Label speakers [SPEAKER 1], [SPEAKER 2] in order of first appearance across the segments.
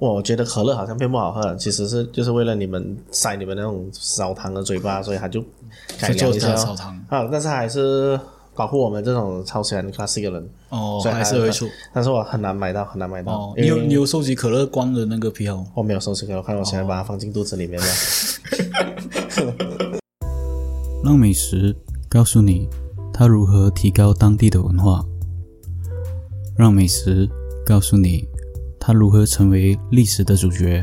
[SPEAKER 1] 哇，我觉得可乐好像变不好喝了，其实是就是为了你们塞你们那种少糖的嘴巴，所以它就改良一
[SPEAKER 2] 就做
[SPEAKER 1] 下
[SPEAKER 2] 成
[SPEAKER 1] 咯
[SPEAKER 2] 少糖
[SPEAKER 1] 啊，但是它还是保护我们这种超喜欢 classic 的人，
[SPEAKER 2] 哦，
[SPEAKER 1] 所以
[SPEAKER 2] 还是会出。
[SPEAKER 1] 但是我很难买到，很难买到。
[SPEAKER 2] 哦，
[SPEAKER 1] 因
[SPEAKER 2] 你
[SPEAKER 1] 为
[SPEAKER 2] 有你有收集可乐罐的那个癖好吗？
[SPEAKER 1] 我没有收拾可乐，看我现在把它放进肚子里面了。
[SPEAKER 2] 让美食告诉你它如何提高当地的文化，让美食告诉你它如何成为历史的主角。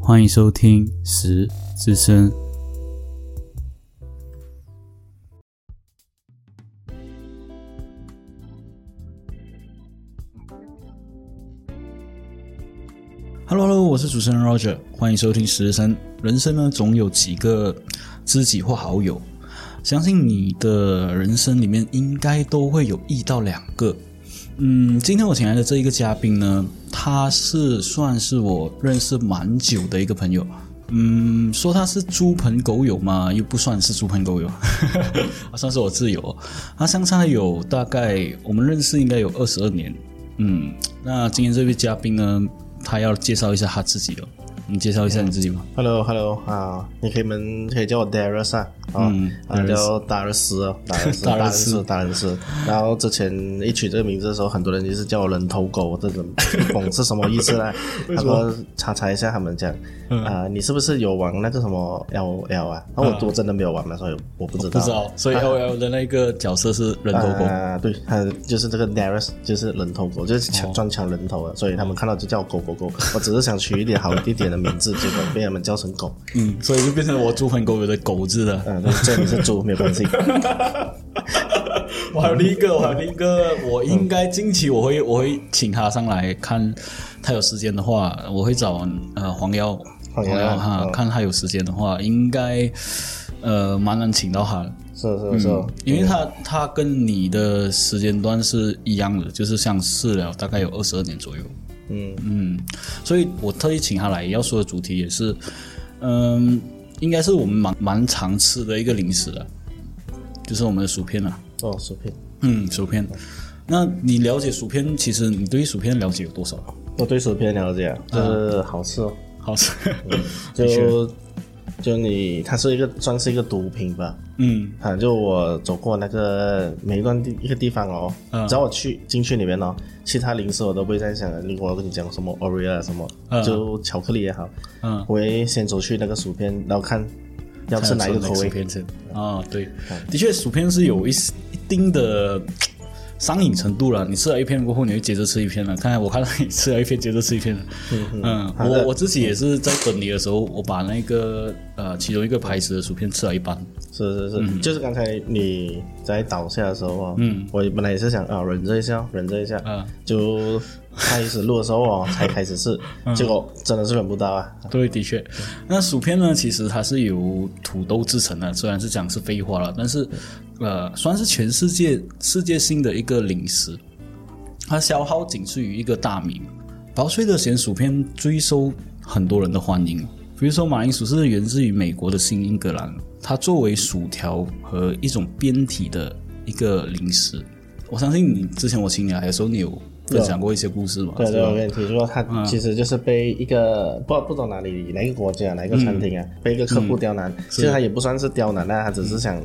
[SPEAKER 2] 欢迎收听《食之声》。Hello Hello，我是主持人 Roger，欢迎收听《十日生》。人生呢，总有几个知己或好友，相信你的人生里面应该都会有一到两个。嗯，今天我请来的这一个嘉宾呢，他是算是我认识蛮久的一个朋友。嗯，说他是猪朋狗友嘛，又不算是猪朋狗友， 啊算是我挚友。他相差有大概我们认识应该有二十二年。嗯，那今天这位嘉宾呢，他要介绍一下他自己哦。你介绍一下你自己吧。
[SPEAKER 1] Hello Hello 啊，你可以们可以叫我 Darius 啊，啊，
[SPEAKER 2] 嗯
[SPEAKER 1] 啊叫达尔斯哦，达 尔斯，
[SPEAKER 2] 达
[SPEAKER 1] 达
[SPEAKER 2] 尔
[SPEAKER 1] 尔
[SPEAKER 2] 斯
[SPEAKER 1] 斯，达尔斯。然后之前一取这个名字的时候，很多人就是叫我人头狗，我这种懂是什么意思 呢？他说查查一下，他们讲
[SPEAKER 2] 嗯
[SPEAKER 1] 啊，你是不是有玩那个什么 L L 啊？那我我真的没有玩那所以我不知
[SPEAKER 2] 不
[SPEAKER 1] 道。
[SPEAKER 2] 知道，所以 O L 的那个角色是人头狗。
[SPEAKER 1] 啊，对，他就是这个 Darius，就是人头狗，就是
[SPEAKER 2] 哦
[SPEAKER 1] 抢专抢人头的，啊所以他们看到就叫我狗狗狗。我只是想取一点好一点的名字，结果被他们叫成狗。
[SPEAKER 2] 嗯，所以就变成我猪朋狗友的狗字了。
[SPEAKER 1] 嗯，这里是猪，没有 关系。
[SPEAKER 2] 我还有另一个，我还有另一个，我应该近期我会我会请他上来看，他有时间的话，我会找呃黄妖
[SPEAKER 1] 黄妖
[SPEAKER 2] 哈，
[SPEAKER 1] 嗯
[SPEAKER 2] 看他有时间的话，应该呃蛮难请到他的。
[SPEAKER 1] 是是是，
[SPEAKER 2] 因为他他跟你的时间段是一样的，就是像四了，大概有二十二年左右。
[SPEAKER 1] 嗯
[SPEAKER 2] 嗯，所以我特意请他来，要说的主题也是，嗯，应该是我们蛮蛮常吃的一个零食了，就是我们的薯片了。
[SPEAKER 1] 哦，薯片。
[SPEAKER 2] 嗯，薯片。那你了解薯片，其实你对于薯片的了解有多少？
[SPEAKER 1] 我哦对薯片了解，啊就是好吃哦。
[SPEAKER 2] 好 吃。
[SPEAKER 1] 就就你，它是一个算是一个毒品吧。
[SPEAKER 2] 嗯
[SPEAKER 1] 啊，就我走过那个每一段地一个地方哦，只要我去进去里面哦，其他零食我都不会再想了。如果我跟你讲什么 Oreo 啊什么，就巧克力也好，
[SPEAKER 2] 嗯，
[SPEAKER 1] 我会先走去那个薯片，然后看要吃哪一个口
[SPEAKER 2] 薯
[SPEAKER 1] 味。
[SPEAKER 2] 片先啊，对，的确，薯片是有一一定的嘖上瘾程度了。你吃了一片过后，你会接着吃一片啊了。看来我看到你吃了一片，接着吃一片了。嗯，我我自己也是在等你的时候，我把那个呃其中一个牌子的薯片吃了一半。
[SPEAKER 1] 是是是，就是刚才你在倒下的时候哦，嗯，啊我本来也是想啊忍着一下，忍着一下，
[SPEAKER 2] 嗯，
[SPEAKER 1] 就开始录的时候哦，才开始 试，结果真的是忍不到啊，
[SPEAKER 2] 哦对，的确，那薯片呢，其实它是由土豆制成的，虽然是讲是废话了，但是呃，算是全世界世界性的一个零食，它消耗仅次于一个大米。薄脆的咸薯片最受很多人的欢迎，比如说马铃薯是源自于美国的新英格兰，它作为薯条和一种边体的一个零食。我相信你之前我请你来的时候，你有分享过一些故事嘛？
[SPEAKER 1] 对
[SPEAKER 2] 是
[SPEAKER 1] 对，
[SPEAKER 2] 吧
[SPEAKER 1] 我跟你提出过，它其实就是被一个不不懂哪里哪个国家哪一个餐厅啊，被一个客户刁难，其实他也不嗯算是刁难啊，他只是想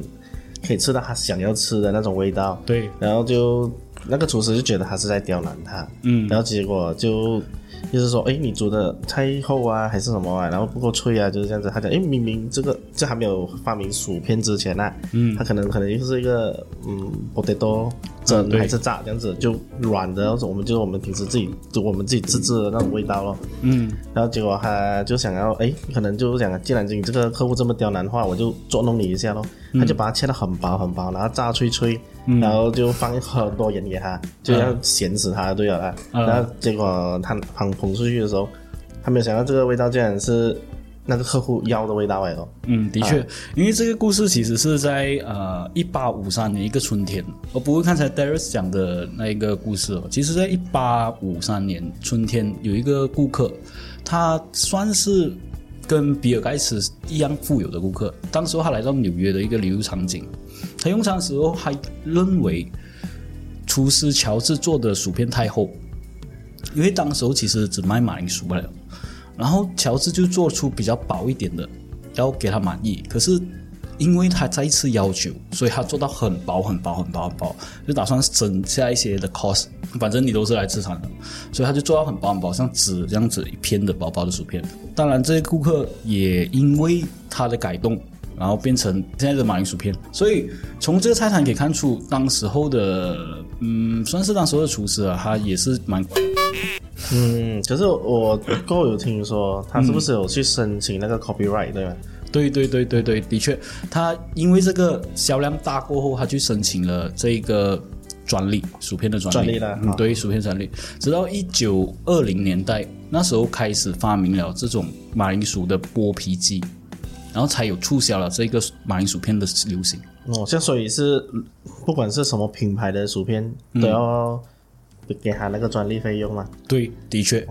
[SPEAKER 1] 可以吃到他想要吃的那种味道，
[SPEAKER 2] 对，
[SPEAKER 1] 然后就那个厨师就觉得他是在刁难他，嗯，然后结果就就是说，哎，你煮的太厚啊，还是什么啊，然后不够脆啊，就是这样子。他讲，哎，明明这个这还没有发明薯片之前啊，嗯，它可能可能就是一个嗯 potato 蒸
[SPEAKER 2] 对
[SPEAKER 1] 还是炸这样子，就软的，然后我们就是我们平时自己就我们自己自制的那种味道咯，
[SPEAKER 2] 嗯，
[SPEAKER 1] 然后结果他就想要，哎，可能就想，既然你这个客户这么刁难的话，我就捉弄你一下咯。他就把它切得很薄很薄，然后炸脆脆，然后就放很多盐给他，就要咸死他，对了啦。
[SPEAKER 2] 嗯
[SPEAKER 1] 然后结果他捧捧出去的时候，他没有想到这个味道竟然是那个客户要的味道哎哦。
[SPEAKER 2] 嗯，的确，因为这个故事其实是在呃一八五三年一个春天，而不过刚才 Darius 讲的那一个故事哦，其实在一八五三年春天有一个顾客，他算是跟比尔盖茨一样富有的顾客，当时候他来到纽约的一个旅游场景，他用餐的时候还认为厨师乔治做的薯片太厚，因为当时候其实只卖马铃薯罢了。然后乔治就做出比较薄一点的，要给他满意。可是因为他再次要求，所以他做到很薄、很薄、很薄、很薄，就打算省下一些的 cost。反正你都是来自产的，所以他就做到很薄、很薄，像纸这样子一片的薄薄的薯片。当然，这些顾客也因为他的改动，然后变成现在的马铃薯片。所以从这个菜单可以看出，当时候的嗯，算是当时候的厨师啊，他也是蛮。
[SPEAKER 1] 嗯，可是我够有听说，他是不是有去申请那个 copyright 对吧？
[SPEAKER 2] 对对对对对，的确，他因为这个销量大过后，他去申请了这个专利，薯片的专利。
[SPEAKER 1] 专利了
[SPEAKER 2] 嗯
[SPEAKER 1] 啊，
[SPEAKER 2] 对，薯片专利。直到一九二零年代，那时候开始发明了这种马铃薯的剥皮机，然后才有促销了这个马铃薯片的流行。
[SPEAKER 1] 哦，像所以是不管是什么品牌的薯片，
[SPEAKER 2] 嗯
[SPEAKER 1] 都要给他那个专利费用嘛。
[SPEAKER 2] 对，的确。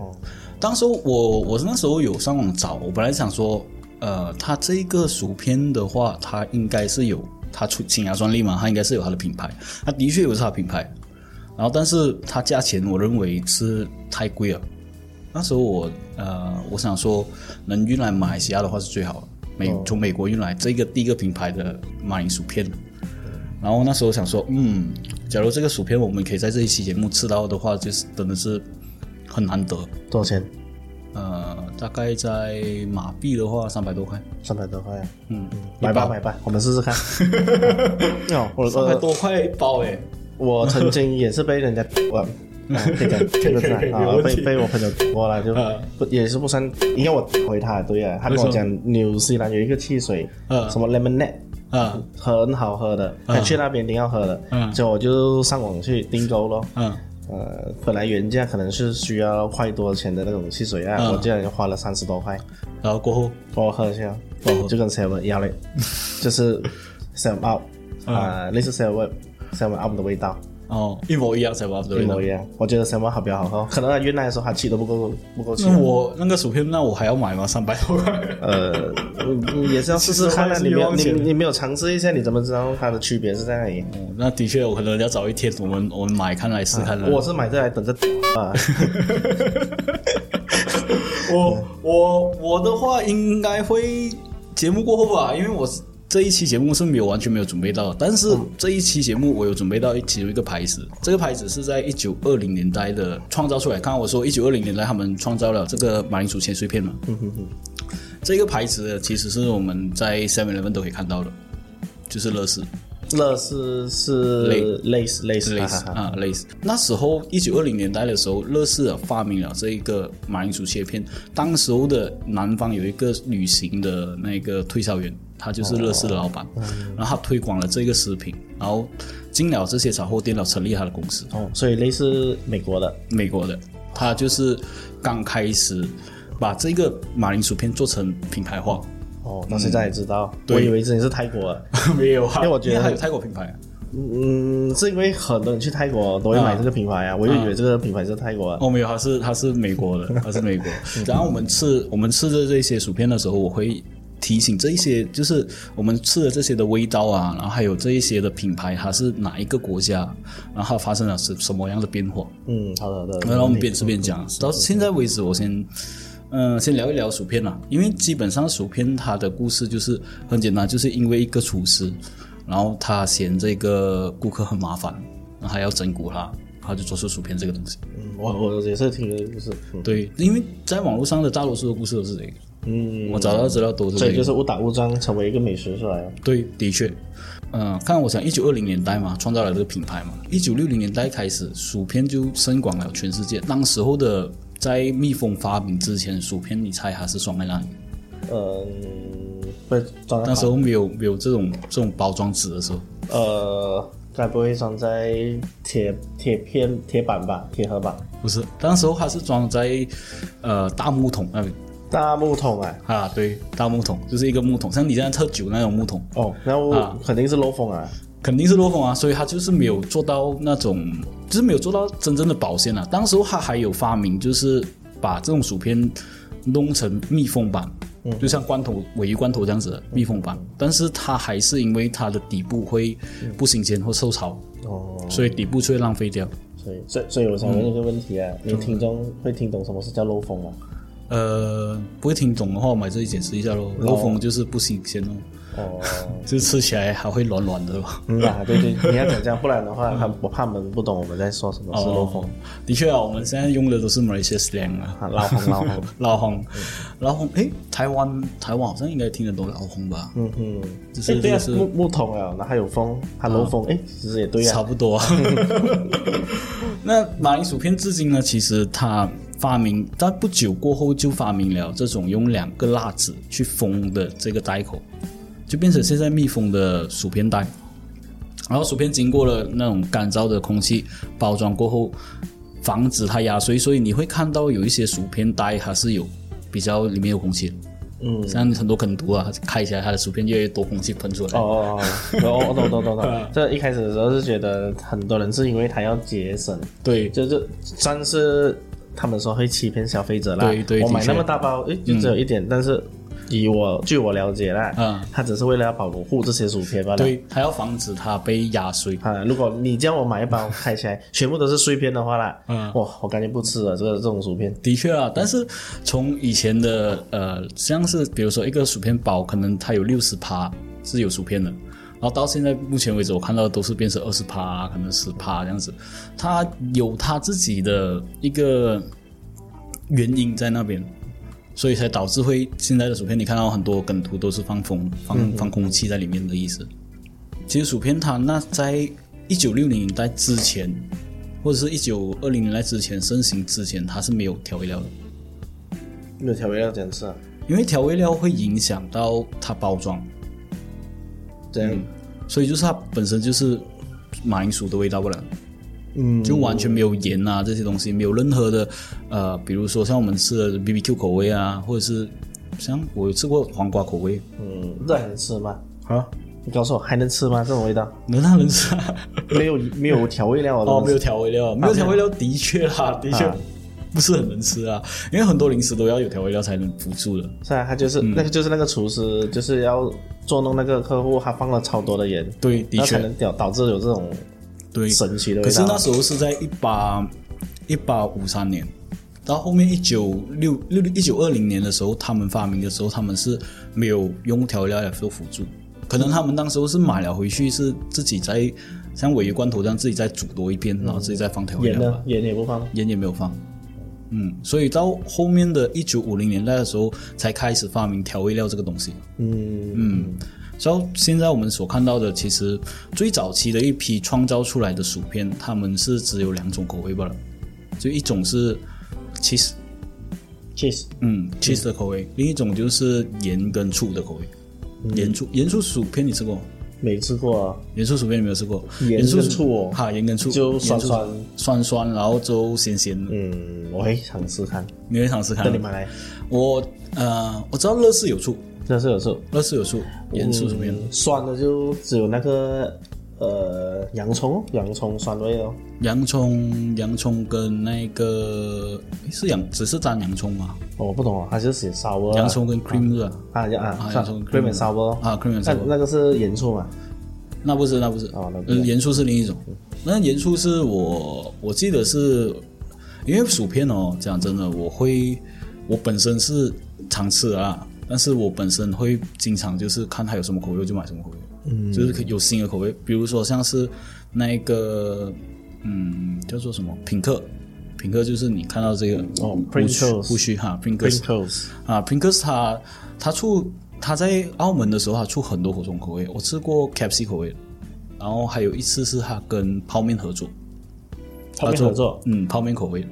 [SPEAKER 2] 当时我我是那时候有上网找，我本来想说，呃，它这个薯片的话，它应该是有它出请牙专利嘛，它应该是有它的品牌，它的确有它的品牌。然后，但是它价钱我认为是太贵了。那时候我呃，我想说，能运来马来西亚的话是最好的，美、从美国运来这个第一个品牌的马铃薯片。然后那时候想说，嗯，假如这个薯片我们可以在这一期节目吃到的话，就是真的是很难得。
[SPEAKER 1] 多少钱？
[SPEAKER 2] 呃，大概在马币的话，三百多块，
[SPEAKER 1] 三百多块啊。
[SPEAKER 2] 嗯，
[SPEAKER 1] 买吧买吧，我们试 试看。哦，我
[SPEAKER 2] 呃三百
[SPEAKER 1] 我
[SPEAKER 2] 多块一包欸诶，
[SPEAKER 1] 我曾经也是被人家 我。啊可以讲这个字
[SPEAKER 2] 可以可以
[SPEAKER 1] 啊
[SPEAKER 2] 没
[SPEAKER 1] 啊，
[SPEAKER 2] 问
[SPEAKER 1] 被
[SPEAKER 2] 题
[SPEAKER 1] 被我朋友过了就
[SPEAKER 2] 啊
[SPEAKER 1] 不也是不算，应该我回他对啊，他跟我
[SPEAKER 2] 为什
[SPEAKER 1] 讲纽西兰有一个汽水
[SPEAKER 2] 啊，
[SPEAKER 1] 什么 lemonade，
[SPEAKER 2] 啊，
[SPEAKER 1] 很好喝的，他去那边一定要喝的，
[SPEAKER 2] 嗯
[SPEAKER 1] 所以我就上网去订购咯。
[SPEAKER 2] 嗯，
[SPEAKER 1] 呃，本来原价可能是需要块多钱的那种汽水啊，
[SPEAKER 2] 嗯
[SPEAKER 1] 我竟然花了三十多块，
[SPEAKER 2] 然后过后，
[SPEAKER 1] 我喝一下，
[SPEAKER 2] 哦
[SPEAKER 1] 就跟 seven 一样 嘞，就是 seven up 啊、类似 seven seven up 的味道
[SPEAKER 2] 哦，一模一样，才把对
[SPEAKER 1] 一
[SPEAKER 2] 不
[SPEAKER 1] 模
[SPEAKER 2] 对？
[SPEAKER 1] 一样。我觉得 seven up 比较好喝，可能啊他原来的时候他气都不够不够气，
[SPEAKER 2] 那我那个薯片，那我还要买吗？三百多块，
[SPEAKER 1] 呃，嗯也是要试试看啊，
[SPEAKER 2] 其
[SPEAKER 1] 你
[SPEAKER 2] 实
[SPEAKER 1] 没
[SPEAKER 2] 我
[SPEAKER 1] 有
[SPEAKER 2] 还
[SPEAKER 1] 你
[SPEAKER 2] 是冤枉钱
[SPEAKER 1] 你没有尝试一下，你怎么知道它的区别是在哪里？
[SPEAKER 2] 哦那的确，我可能要找一天，我们我们买看来试看了。
[SPEAKER 1] 我是买这来等着 啊。
[SPEAKER 2] 我我我的话应该会节目过后吧，因为我是这一期节目是没有完全没有准备到的，但是这一期节目我有准备到一其中一个牌子，这个牌子是在一九二零年代的创造出来。刚刚我说一九二零年代他们创造了这个马铃薯切碎片嘛，这个牌子其实是我们在 Seven Eleven 都可以看到的，就是乐事。
[SPEAKER 1] 乐事是
[SPEAKER 2] 类
[SPEAKER 1] 类似类似
[SPEAKER 2] 类
[SPEAKER 1] 哈
[SPEAKER 2] 似
[SPEAKER 1] 哈哈
[SPEAKER 2] 啊，类似。那时候一九二零年代的时候，乐视啊发明了这一个马铃薯切片。当时候的南方有一个旅行的那个推销员，他就是
[SPEAKER 1] 哦
[SPEAKER 2] 乐视的老板，
[SPEAKER 1] 嗯
[SPEAKER 2] 然后他推广了这个食品，然后进了这些杂货店了，成立他的公司，
[SPEAKER 1] 哦，所以类似美国的
[SPEAKER 2] 美国的。他就是刚开始把这个马铃薯片做成品牌化，
[SPEAKER 1] 哦，到现在也知道，我以为之前是泰国的，
[SPEAKER 2] 没有啊，
[SPEAKER 1] 因为我觉得
[SPEAKER 2] 还有泰国品牌、啊。
[SPEAKER 1] 嗯，是因为很多人去泰国都会买这个品牌啊，我就以为这个品牌是泰国的，啊
[SPEAKER 2] 哦，没有，它是它是美国的，它是美国。然后我们吃我们吃的这些薯片的时候，我会提醒这一些，就是我们吃的这些的味道啊，然后还有这一些的品牌，它是哪一个国家，然后它发生了什什么样的变化。
[SPEAKER 1] 嗯，好的好的，
[SPEAKER 2] 然后我们边吃边讲，到现在为止，我先。嗯、先聊一聊薯片啦，因为基本上薯片它的故事就是很简单，就是因为一个厨师，然后他嫌这个顾客很麻烦，然后还要整蛊他，他就做出薯片这个东西。
[SPEAKER 1] 嗯我我也是听的就是，嗯
[SPEAKER 2] 对，因为在网络上的大多数的故事都是这个，
[SPEAKER 1] 嗯，
[SPEAKER 2] 我找到的资料都是
[SPEAKER 1] 所
[SPEAKER 2] 这
[SPEAKER 1] 以就
[SPEAKER 2] 个。
[SPEAKER 1] 是误打误撞成为一个美食出来了，
[SPEAKER 2] 对，的确，嗯、看我想一九二零年代嘛，创造了这个品牌嘛，一九六零年代开始，薯片就深广了全世界。当时候的在蜜蜂发明之前，薯片你猜它是装在哪里？
[SPEAKER 1] 嗯，被装在
[SPEAKER 2] 那时候没有没有这种这种包装纸的时候，
[SPEAKER 1] 呃，该不会装在铁铁片铁板吧，铁盒吧，
[SPEAKER 2] 不是，当时候它是装在呃大木桶那边
[SPEAKER 1] 大木桶啊，
[SPEAKER 2] 啊，对，大木桶就是一个木桶，像你现在特酒那种木桶，
[SPEAKER 1] 哦，那我肯定是漏风啊。
[SPEAKER 2] 肯定是漏风啊，所以他就是没有做到那种，就是没有做到真正的保鲜啊。当时候他还有发明，就是把这种薯片弄成密封版，就像罐头尾鱼罐头这样子的密封版，但是它还是因为它的底部会不新鲜或受潮，
[SPEAKER 1] 哦，
[SPEAKER 2] 所以底部就会浪费掉。
[SPEAKER 1] 所对，所以所以我想问一个
[SPEAKER 2] 嗯
[SPEAKER 1] 问题啊，你听众会听懂什么是叫漏风吗？
[SPEAKER 2] 呃，不会听懂的话，我们还是解释一下咯。漏风就是不新鲜哦，
[SPEAKER 1] 哦，
[SPEAKER 2] 就吃起来还会软软的吧。
[SPEAKER 1] 嗯啊，对对，你要讲这样，不然的话，他们我怕他们不懂我们在说什么是漏风
[SPEAKER 2] 哦。 的确啊，我们现在用的都是 Malaysia slang 啊，
[SPEAKER 1] 啊，老红老红，
[SPEAKER 2] 老红，老红，诶，台湾台湾好像应该听得懂老红吧？
[SPEAKER 1] 嗯嗯，
[SPEAKER 2] 就是
[SPEAKER 1] 哎对啊
[SPEAKER 2] 就，是嗯
[SPEAKER 1] 木木桶啊，然后还有风，它漏风，哎，其实也对
[SPEAKER 2] 差
[SPEAKER 1] 啊，
[SPEAKER 2] 不多。 那马铃薯片至今呢，其实它发明，它不久过后就发明了这种用两个蜡纸去封的这个袋口，就变成现在密封的薯片袋。然后薯片经过了那种干燥的空气包装过后，防止它压碎，所以你会看到有一些薯片袋它是有比较里面有空气的。
[SPEAKER 1] 嗯，
[SPEAKER 2] 像很多梗图啊，开起来它的薯片越来越多空气喷出来。
[SPEAKER 1] 哦哦哦，哦，我懂懂懂
[SPEAKER 2] 嗯
[SPEAKER 1] 懂。这一开始的时候是觉得很多人是因为他要节省，
[SPEAKER 2] 对，
[SPEAKER 1] 就就算是他们说会欺骗消费者啦。
[SPEAKER 2] 对对
[SPEAKER 1] 我
[SPEAKER 2] 的
[SPEAKER 1] 买那
[SPEAKER 2] 确
[SPEAKER 1] 么大包，诶，哎就只有一点，但是以我据我了解啦，
[SPEAKER 2] 嗯
[SPEAKER 1] 他只是为了要保护这些薯片罢了。
[SPEAKER 2] 对，还要防止它被压碎。
[SPEAKER 1] 啊，如果你叫我买一包开起 来全部都是碎片的话啦，
[SPEAKER 2] 嗯
[SPEAKER 1] 哇，我感觉不吃了这个这种薯片。
[SPEAKER 2] 的确啊，但是从以前的呃，像是比如说一个薯片包，可能它有六十趴是有薯片的，然后到现在目前为止，我看到的都是变成二十趴，可能十趴这样子。它有它自己的一个原因在那边，所以才导致会现在的薯片，你看到很多梗图都是放风放放空气在里面的意思。其实薯片它那在一九六零年代之前，或者是一九二零年代之前盛行之前，它是没有调味料的，
[SPEAKER 1] 没有调味料怎样吃啊？
[SPEAKER 2] 因为调味料会影响到它包装，
[SPEAKER 1] 这样，
[SPEAKER 2] 所以就是它本身就是马铃薯的味道不了，
[SPEAKER 1] 嗯，
[SPEAKER 2] 就完全没有盐啊这些东西，没有任何的呃，比如说像我们吃的 BBQ 口味啊，或者是像我有吃过黄瓜口味，
[SPEAKER 1] 嗯，这还能吃吗？
[SPEAKER 2] 啊，
[SPEAKER 1] 你告诉我还能吃吗？这种味 道
[SPEAKER 2] 能让人吃啊、
[SPEAKER 1] 没有没有调味料的啊
[SPEAKER 2] 哦，
[SPEAKER 1] 东
[SPEAKER 2] 没
[SPEAKER 1] 西
[SPEAKER 2] 有调味料，没有调味料的确啦，的确
[SPEAKER 1] 啊
[SPEAKER 2] 不是很能吃啊，因为很多零食都要有调味料才能辅助的。
[SPEAKER 1] 是啊，他就是、
[SPEAKER 2] 嗯
[SPEAKER 1] 那个就是那个厨师就是要捉弄那个客户，他放了超多的盐，
[SPEAKER 2] 对，的
[SPEAKER 1] 那才
[SPEAKER 2] 确，
[SPEAKER 1] 能导导致有这种
[SPEAKER 2] 对。
[SPEAKER 1] 神奇的
[SPEAKER 2] 可
[SPEAKER 1] 味
[SPEAKER 2] 是那
[SPEAKER 1] 道。
[SPEAKER 2] 时候是在一八一八五三年，到后面一九六六一九二零年的时候，他们发明的时候，他们是没有用调味料来做辅助，可能他们当时候是买了回去，是自己在像鲔鱼罐头这样自己再煮多一遍，然后自己再放调味
[SPEAKER 1] 盐
[SPEAKER 2] 料吧。
[SPEAKER 1] 呢？盐也不放。
[SPEAKER 2] 烟也没有放。嗯，所以到后面的一九五零年代的时候，才开始发明调味料这个东西。
[SPEAKER 1] 嗯
[SPEAKER 2] 嗯，所以现在我们所看到的，其实最早期的一批创造出来的薯片，他们是只有两种口味罢了，就一种是 cheese，
[SPEAKER 1] ，cheese
[SPEAKER 2] 嗯，cheese 的口味，另一种就是盐跟醋的口味。盐醋盐醋薯片你吃过？
[SPEAKER 1] 没吃过、啊，
[SPEAKER 2] 盐醋薯片你没有吃过？
[SPEAKER 1] 盐
[SPEAKER 2] 醋
[SPEAKER 1] 跟
[SPEAKER 2] 薯
[SPEAKER 1] 醋哦
[SPEAKER 2] 哈，盐跟醋
[SPEAKER 1] 就酸
[SPEAKER 2] 盐醋
[SPEAKER 1] 酸
[SPEAKER 2] 酸酸，然后就咸咸的，
[SPEAKER 1] 嗯，我会尝试看。
[SPEAKER 2] 你会尝试看
[SPEAKER 1] 这
[SPEAKER 2] 吗？
[SPEAKER 1] 里买来，
[SPEAKER 2] 我呃，我知道乐事有醋，
[SPEAKER 1] 这是有时候
[SPEAKER 2] 乐事有醋，盐醋什么样？
[SPEAKER 1] 嗯酸的就只有那个呃洋葱，洋葱酸味哦。
[SPEAKER 2] 洋葱，洋葱跟那个诶是洋，只是沾洋葱嘛？
[SPEAKER 1] 哦我不懂啊，它就写 sour 啊
[SPEAKER 2] 洋葱跟 cream 是吧？
[SPEAKER 1] 啊啊啊，
[SPEAKER 2] 洋
[SPEAKER 1] 算
[SPEAKER 2] 葱
[SPEAKER 1] cream and sour 哦
[SPEAKER 2] 啊，cream and
[SPEAKER 1] 那
[SPEAKER 2] sour
[SPEAKER 1] 那个是盐醋嘛？
[SPEAKER 2] 那不是，那不是，
[SPEAKER 1] 哦那不
[SPEAKER 2] 呃
[SPEAKER 1] 是嗯
[SPEAKER 2] 盐醋是另一种。那盐醋是我我记得是，因为薯片哦，讲真的，我会我本身是常吃的啊，但是我本身会经常就是看它有什么口味我就买什么口味，嗯，就是有新的口味，比如说像是那一个嗯叫做什么品客，品客就是你看到这个
[SPEAKER 1] 哦
[SPEAKER 2] 胡须
[SPEAKER 1] Pringles
[SPEAKER 2] 胡须哈 p r i n k e
[SPEAKER 1] Green
[SPEAKER 2] s
[SPEAKER 1] toast，
[SPEAKER 2] 啊 p r i n k e s 它它出它在澳门的时候，它出很多火种口味，我吃过 KFC 口味，然后还有一次是它跟泡面合作，
[SPEAKER 1] 泡面合作，
[SPEAKER 2] 嗯，泡面口味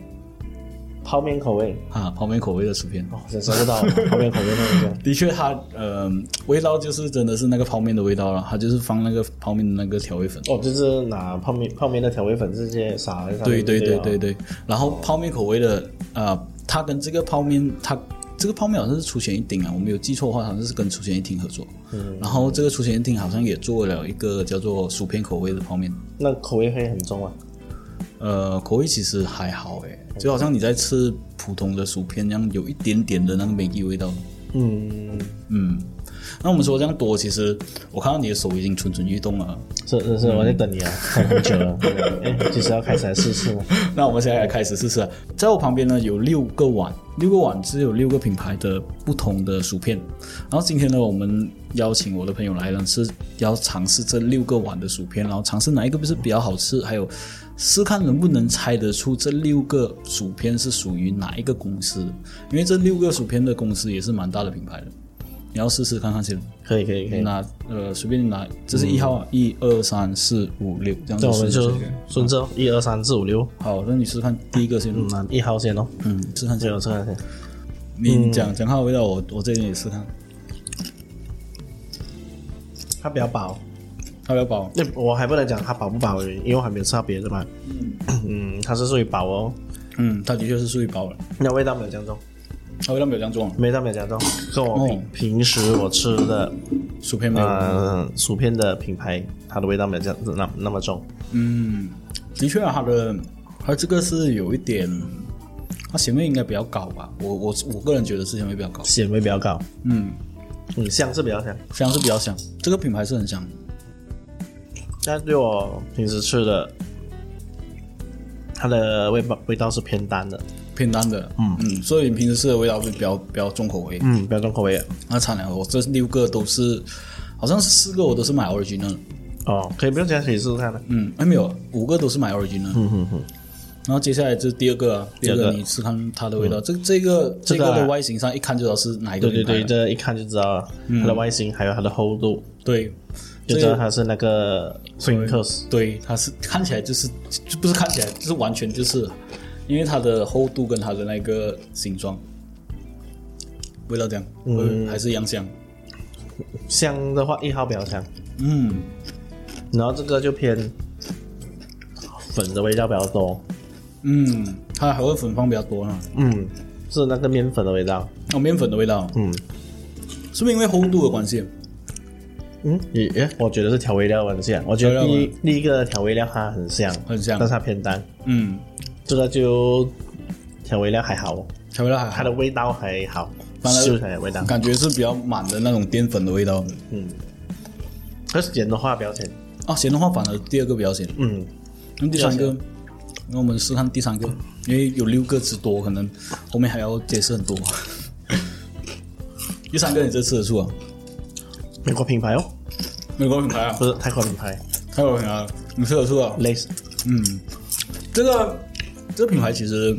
[SPEAKER 1] 泡面口味，
[SPEAKER 2] 啊，泡面口味的薯片。
[SPEAKER 1] 哦，真收不 到泡面口味那种。
[SPEAKER 2] 的确它，呃味道就是真的是那个泡面的味道了，它就是放那个泡面的那个调味粉。
[SPEAKER 1] 哦，就是拿泡面泡面的调味粉直接撒在上
[SPEAKER 2] 对
[SPEAKER 1] 面。
[SPEAKER 2] 对对
[SPEAKER 1] 吧
[SPEAKER 2] 对。对，然后泡面口味的，呃，它跟这个泡面，它这个泡面好像是出前一丁啊，我没有记错的话，好像是跟出前一丁合作。嗯。然后这个出前一丁好像也做了一个叫做薯片口味的泡面，
[SPEAKER 1] 那口味会很重啊。
[SPEAKER 2] 呃，口味其实还好诶，就好像你在吃普通的薯片一样，有一点点的那个美记味道。
[SPEAKER 1] 嗯，
[SPEAKER 2] 嗯，那我们说这样多，其实我看到你的手已经蠢蠢欲动了。
[SPEAKER 1] 是是是，我在等你啊，等很久了。 哎，几时要开始来试试吗？
[SPEAKER 2] 那我们现在开始试试啊。在我旁边呢有六个碗，六个碗是有六个品牌的不同的薯片。然后今天呢，我们邀请我的朋友来呢，是要尝试这六个碗的薯片，然后尝试哪一个不是比较好吃，还有试看能不能猜得出这六个薯片是属于哪一个公司，因为这六个薯片的公司也是蛮大的品牌的。你要试试看看先，
[SPEAKER 1] 可以可以可以。
[SPEAKER 2] 拿呃随便你拿，这是一号啊，一二三四五六这样子
[SPEAKER 1] 那我们
[SPEAKER 2] 顺
[SPEAKER 1] 就
[SPEAKER 2] 序选。
[SPEAKER 1] 顺着一二三四五六，
[SPEAKER 2] 好，那你试试看第一个先，
[SPEAKER 1] 嗯，那一号先哦，
[SPEAKER 2] 嗯，试看先
[SPEAKER 1] 这。个这个先，
[SPEAKER 2] 你讲讲看味道，我我这边也试看。
[SPEAKER 1] 它比较薄。
[SPEAKER 2] 它比较薄，
[SPEAKER 1] 那我还不能讲它饱不饱而已，因为我还没有吃到别的嘛。嗯，它是属于饱哦，
[SPEAKER 2] 嗯，它的确是属于薄了，
[SPEAKER 1] 那味道没有这样重，
[SPEAKER 2] 它味道没有这样重了。
[SPEAKER 1] 味道没有这样重，跟我平、
[SPEAKER 2] 哦
[SPEAKER 1] 平时我吃的
[SPEAKER 2] 薯片没有，
[SPEAKER 1] 呃薯片的品牌，它的味道没有这样那那么重。
[SPEAKER 2] 嗯，的确啊，它的它这个是有一点，它咸味应该比较高吧，我我我个人觉得是咸味比较高，
[SPEAKER 1] 咸味比较高，
[SPEAKER 2] 嗯，
[SPEAKER 1] 嗯，香是比较香。
[SPEAKER 2] 香是比较香，这个品牌是很香，
[SPEAKER 1] 但对我平时吃的，它的味道味道是偏淡的，
[SPEAKER 2] 偏淡的，嗯嗯，所以你平时吃的味道会比较比较重口味。
[SPEAKER 1] 嗯，比较重口味的。
[SPEAKER 2] 那惨了，我这六个都是，好像是四个我都是买 original，的
[SPEAKER 1] 哦，可以不用加，可以试试看啊的。
[SPEAKER 2] 嗯，哎没有，五个都是买 original，嗯
[SPEAKER 1] 嗯嗯，
[SPEAKER 2] 然后接下来这是第二个啊，第二
[SPEAKER 1] 第
[SPEAKER 2] 个
[SPEAKER 1] 二个
[SPEAKER 2] 你吃看它的味道，这这个这
[SPEAKER 1] 个啊
[SPEAKER 2] 个的外形上一看就知道是哪一个
[SPEAKER 1] 对对
[SPEAKER 2] 品牌
[SPEAKER 1] 对，
[SPEAKER 2] 了
[SPEAKER 1] 这一看就知道了，它的外形还有它的厚度，
[SPEAKER 2] 对
[SPEAKER 1] 就
[SPEAKER 2] 这
[SPEAKER 1] 知
[SPEAKER 2] 个
[SPEAKER 1] 道它是那个 Twinkles。
[SPEAKER 2] 对，它是看起来就是就不是看起来，就是完全就是，因为它的厚度跟它的那个形状，味道这样，嗯，还是一样香，
[SPEAKER 1] 香的话，一号比较香，
[SPEAKER 2] 嗯，
[SPEAKER 1] 然后这个就偏粉的味道比较多，
[SPEAKER 2] 嗯，它还会粉放比较多呢，
[SPEAKER 1] 嗯，是那个面粉的味道，
[SPEAKER 2] 哦，面粉的味道，
[SPEAKER 1] 嗯
[SPEAKER 2] 是不是因为厚度的关系？
[SPEAKER 1] 嗯，也也我觉得是调味料很像，我觉得
[SPEAKER 2] 调
[SPEAKER 1] 第
[SPEAKER 2] 味
[SPEAKER 1] 一
[SPEAKER 2] 料
[SPEAKER 1] 第一个调味料它很像，
[SPEAKER 2] 很像
[SPEAKER 1] 但是它偏淡，
[SPEAKER 2] 嗯，
[SPEAKER 1] 这个就调味料还好，
[SPEAKER 2] 调味料还
[SPEAKER 1] 它
[SPEAKER 2] 好，
[SPEAKER 1] 的味道还好，
[SPEAKER 2] 反而
[SPEAKER 1] 秀起来的味道，
[SPEAKER 2] 感觉是比较满的那种淀粉的味道。
[SPEAKER 1] 嗯，可是盐的话比较甜，
[SPEAKER 2] 啊，咸的话反而第二个比较咸。
[SPEAKER 1] 嗯，
[SPEAKER 2] 那第三个，那我们试看第三个，因为有六个之多，可能后面还要解释很多。 第三个你这吃得出啊？
[SPEAKER 1] 美国品牌哦，
[SPEAKER 2] 美国品牌啊，
[SPEAKER 1] 不是泰国品牌
[SPEAKER 2] 泰国品牌啊，你吃得出啊？
[SPEAKER 1] ，Lays，
[SPEAKER 2] 嗯，这个这个品牌其实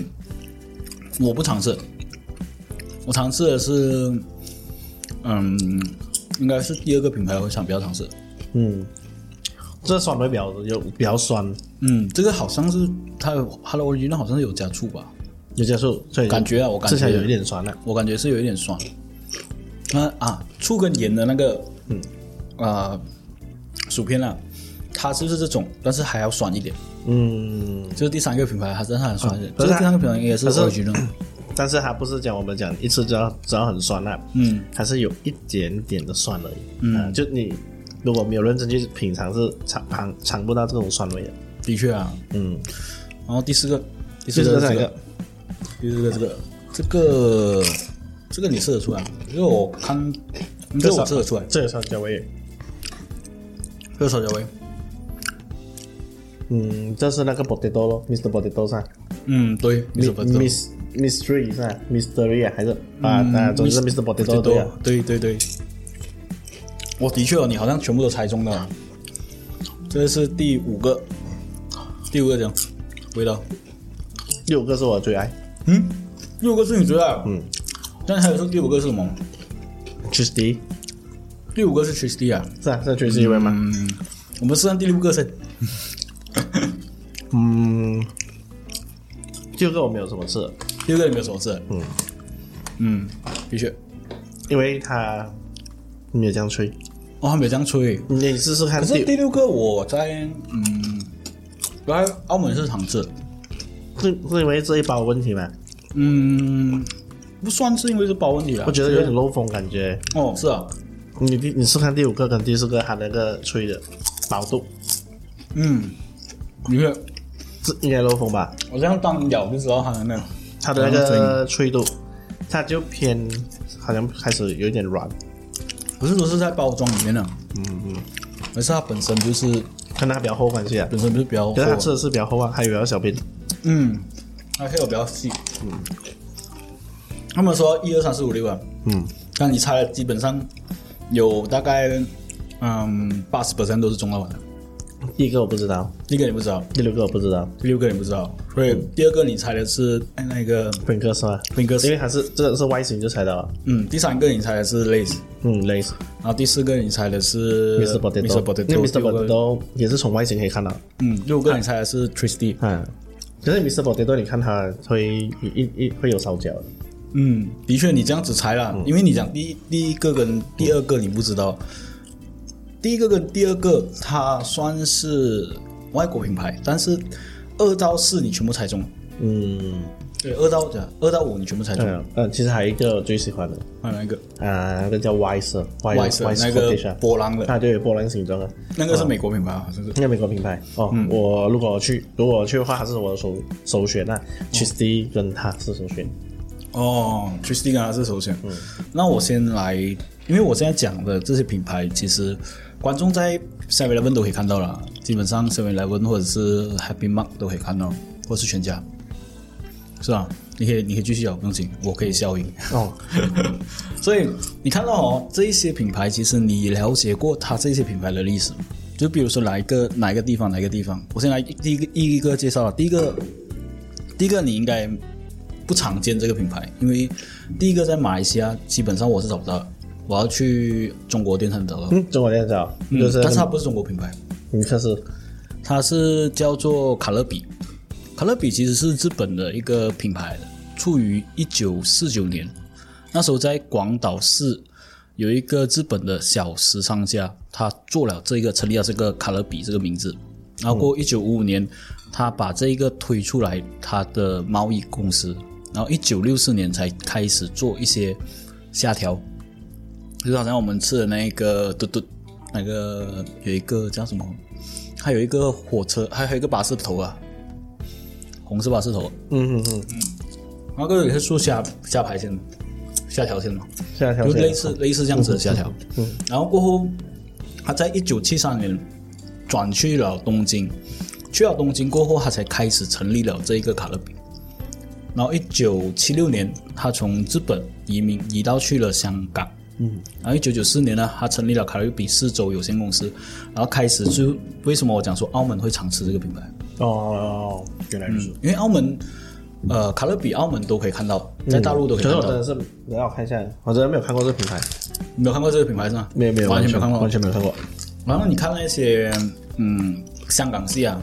[SPEAKER 2] 我不常吃，我常吃的是，嗯，应该是第二个品牌我想比较常吃。
[SPEAKER 1] 嗯，这酸味比较有比较酸，
[SPEAKER 2] 嗯，这个好像是它有它的 original 好像是有加醋吧？
[SPEAKER 1] 有加醋，所以
[SPEAKER 2] 感觉啊我感觉
[SPEAKER 1] 吃起来有一点酸了、
[SPEAKER 2] 我感觉是有一点酸。那啊，醋跟盐的那个，嗯，啊，薯片啊，它就是这种，但是还要酸一点。
[SPEAKER 1] 嗯，
[SPEAKER 2] 就是第三个品牌，它真的很酸一点。
[SPEAKER 1] 可
[SPEAKER 2] 这
[SPEAKER 1] 是它
[SPEAKER 2] 个第三个品牌应该是
[SPEAKER 1] 可是
[SPEAKER 2] original，
[SPEAKER 1] 但是它不是讲我们讲一吃就要只要很酸辣，
[SPEAKER 2] 嗯，
[SPEAKER 1] 它是有一点点的酸而已。嗯、就你如果没有认真去品尝，是尝尝尝不到这种酸味的。
[SPEAKER 2] 的确啊。
[SPEAKER 1] 嗯，
[SPEAKER 2] 然后第四个，第
[SPEAKER 1] 就
[SPEAKER 2] 四
[SPEAKER 1] 是
[SPEAKER 2] 个
[SPEAKER 1] 这
[SPEAKER 2] 是
[SPEAKER 1] 两
[SPEAKER 2] 这
[SPEAKER 1] 个
[SPEAKER 2] 个，，第四个这个，这个这个你吃得出来吗？因为我看，这个我吃得出来，
[SPEAKER 1] 这个酸椒味。
[SPEAKER 2] 这个烧焦味，
[SPEAKER 1] 嗯，这是那个 potato 咯，Mr. Potato 噻
[SPEAKER 2] 嗯，对，你怎么知道
[SPEAKER 1] ，Miss Mystery 噻，Mystery 啊还是啊，那总之是 Mr. Potato 对啊。
[SPEAKER 2] 嗯对对对，我的确哦，你好像全部都猜中
[SPEAKER 1] 啊
[SPEAKER 2] 了。这是第五个，第五个讲味道，
[SPEAKER 1] 六个是我最爱
[SPEAKER 2] 嗯，六个是你最爱，嗯，但还有说第五个是什么？
[SPEAKER 1] ，Cheesy
[SPEAKER 2] 第五个是 c h i s t y 啊，
[SPEAKER 1] 是啊，是 Cheesy 味吗？
[SPEAKER 2] 我们试看第六个先，
[SPEAKER 1] 嗯，这个我没有什么吃的，
[SPEAKER 2] 第六个有没有什么事？嗯嗯，的确，
[SPEAKER 1] 因为它没有这样吹。
[SPEAKER 2] 哦，还没有这样吹。
[SPEAKER 1] 你试试看
[SPEAKER 2] 可是
[SPEAKER 1] 第
[SPEAKER 2] 第六个我在嗯，来澳门是常吃的，
[SPEAKER 1] 是是因为这一包问题吗？
[SPEAKER 2] 嗯，不算是因为是包问题了，
[SPEAKER 1] 我觉得有点漏风感觉。
[SPEAKER 2] 哦是啊，
[SPEAKER 1] 你第你是看第五个跟第四个它那个吹的薄度，
[SPEAKER 2] 嗯，你看
[SPEAKER 1] 这应该漏风吧？
[SPEAKER 2] 我这样当咬就知道它的那个，
[SPEAKER 1] 它的那个吹度，它就偏好像开始有一点软，
[SPEAKER 2] 不是说是在包装里面的，嗯嗯，而是它本身就是
[SPEAKER 1] 看它比较厚关系啊。
[SPEAKER 2] 本身就是比较厚
[SPEAKER 1] 可是它
[SPEAKER 2] 啊，
[SPEAKER 1] 吃的是比较厚啊，还以为要小便。
[SPEAKER 2] 嗯，它可以有比较细，嗯，他们说一二三四五六啊，
[SPEAKER 1] 嗯，
[SPEAKER 2] 但你猜了基本上有大概嗯八十 percent 都是中到碗的，
[SPEAKER 1] 第一个我不知道，
[SPEAKER 2] 第一个你不知道，
[SPEAKER 1] 第六个我不知道，
[SPEAKER 2] 第六个你不知道，所以第二个你猜的是哎那个
[SPEAKER 1] 本哥是吧？
[SPEAKER 2] Pringles
[SPEAKER 1] 因为它是这个是外形就猜到了，
[SPEAKER 2] 嗯，第三个你猜的是 Lays，
[SPEAKER 1] 嗯，类似
[SPEAKER 2] 然后第四个你猜的是
[SPEAKER 1] Mr.
[SPEAKER 2] Mr.
[SPEAKER 1] Potato，因
[SPEAKER 2] 呃 Potato，
[SPEAKER 1] 为 Mr.
[SPEAKER 2] 六个
[SPEAKER 1] Potato 也是从外形可以看到，
[SPEAKER 2] 嗯，六个你猜的是 Tristy，
[SPEAKER 1] 嗯。可是 Mr. Potato 你看它会一一一会有烧焦的，
[SPEAKER 2] 嗯，的确你这样子猜啦，因为你讲第一第一个跟第二个你不知道，第一个跟第二个它算是外国品牌，但是二到四你全部猜中了，
[SPEAKER 1] 嗯，
[SPEAKER 2] 对，二到二到五你全部猜中，
[SPEAKER 1] 嗯嗯，其实还有一个我最喜欢的，
[SPEAKER 2] 还有那个
[SPEAKER 1] 啊，那个叫 Y 色，Y
[SPEAKER 2] 外色
[SPEAKER 1] Y
[SPEAKER 2] 那个
[SPEAKER 1] Scottish 啊
[SPEAKER 2] 波浪的，
[SPEAKER 1] 它就有波浪形状啊，
[SPEAKER 2] 那个是美国品牌啊，好像是
[SPEAKER 1] 那美国品牌哦。我如果去，如果去的话，它是我的首首选啊。c h i s t y 跟它是首选，
[SPEAKER 2] 哦，Tristy 跟它是首选。那我先来，因为我现在讲的这些品牌，其实观众在 Seven Eleven 都可以看到了，基本上 Seven Eleven 或者是 Happy Mart 都可以看到，或是全家，是吧？你可以，你可以继续啊讲，不用紧，我可以消音。
[SPEAKER 1] 哦，
[SPEAKER 2] 所以你看到哦，这一些品牌，其实你了解过它这些品牌的历史吗，就比如说哪一个哪一个地方哪一个地方，我先来第一个一个介绍了。第一个，第一个你应该不常见这个品牌，因为第一个在马来西亚基本上我是找不到的，我要去中国店才能找到。
[SPEAKER 1] 嗯，中国电脑就是
[SPEAKER 2] 嗯但是它不是中国品牌，
[SPEAKER 1] 你看是
[SPEAKER 2] 它是叫做卡乐比。卡乐比其实是日本的一个品牌，处于一九四九年，那时候在广岛市有一个日本的小食商家，他做了这个成立了这个卡乐比这个名字，然后过一九五五年，他把这一个推出来他的贸易公司，然后一九六四年才开始做一些下调，就好像我们吃的那个嘟嘟，那个有一个叫什么，还有一个火车，还还有一个巴士头啊，红色巴士头，
[SPEAKER 1] 嗯嗯嗯，
[SPEAKER 2] 那个也啊是做下下排线的，下条线嘛，
[SPEAKER 1] 现在条
[SPEAKER 2] 就类
[SPEAKER 1] 线
[SPEAKER 2] 似类似这嗯样子的下调。然后过后，他在一九七三年转去了东京，去了东京过后，他才开始成立了这一个卡乐比。然后一九七六年，他从日本移民移到去了香港。嗯，然后一九九四年呢，他成立了卡乐比四州有限公司，然后开始就为什么我讲说澳门会常吃这个品牌，
[SPEAKER 1] 哦，原来如此。
[SPEAKER 2] 因为澳门，呃，卡乐比澳门都可以看到，在大陆都可以
[SPEAKER 1] 可
[SPEAKER 2] 看
[SPEAKER 1] 是我
[SPEAKER 2] 到
[SPEAKER 1] 真。的是，等一下我看一下，我真的没有看过这个品牌，
[SPEAKER 2] 你没有看过这个品牌是吗？
[SPEAKER 1] 没有没有，
[SPEAKER 2] 完全没有看过，
[SPEAKER 1] 完全没有看过。
[SPEAKER 2] 然后你看那些嗯香港戏啊，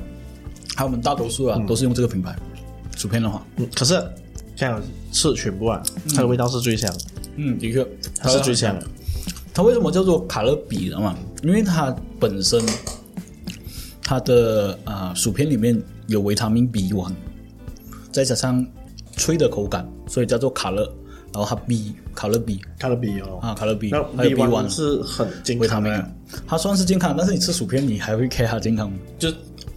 [SPEAKER 2] 还有我们大多数啊、都是用这个品牌，薯片的话，
[SPEAKER 1] 嗯，可是这样吃全部啊，它的味道是最香，
[SPEAKER 2] 嗯，的确
[SPEAKER 1] 它是最香的。
[SPEAKER 2] 它为什么叫做卡乐比的嘛？因为它本身它的啊、呃薯片里面有维他命 B 丸，再加上脆的口感，所以叫做卡乐。然后它 B 卡乐 B
[SPEAKER 1] 卡乐比哦，
[SPEAKER 2] 啊卡乐 B，
[SPEAKER 1] 那
[SPEAKER 2] 还有 B
[SPEAKER 1] B 丸
[SPEAKER 2] one
[SPEAKER 1] 是很健
[SPEAKER 2] 维他
[SPEAKER 1] 康
[SPEAKER 2] 命
[SPEAKER 1] 的，
[SPEAKER 2] 啊，它算是健康，但是你吃薯片你还会 care 它健康吗？
[SPEAKER 1] 就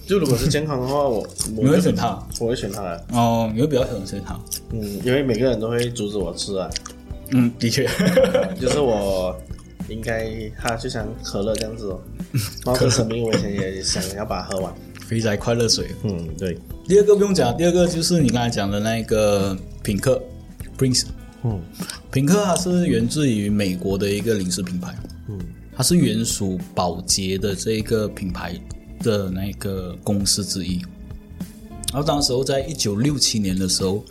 [SPEAKER 1] 就如果是健康的话，我我
[SPEAKER 2] 你会选它？
[SPEAKER 1] 我会选它的。
[SPEAKER 2] 哦，你会比较喜欢吃它？
[SPEAKER 1] 嗯，因为每个人都会阻止我吃啊，
[SPEAKER 2] 嗯，的 确，
[SPEAKER 1] 就是我应该它就像可乐这样 子哦，然后这生命我以前也想要把它喝完。
[SPEAKER 2] 肥宅快乐水。
[SPEAKER 1] 嗯，对，
[SPEAKER 2] 第二个不用讲，第二个就是你刚才讲的那个品客 （Prince）。
[SPEAKER 1] 嗯
[SPEAKER 2] 品客它是源自于美国的一个零食品牌，
[SPEAKER 1] 嗯
[SPEAKER 2] 它是原属宝洁的这一个品牌的那个公司之一。然后当时候在一九六七年的时候，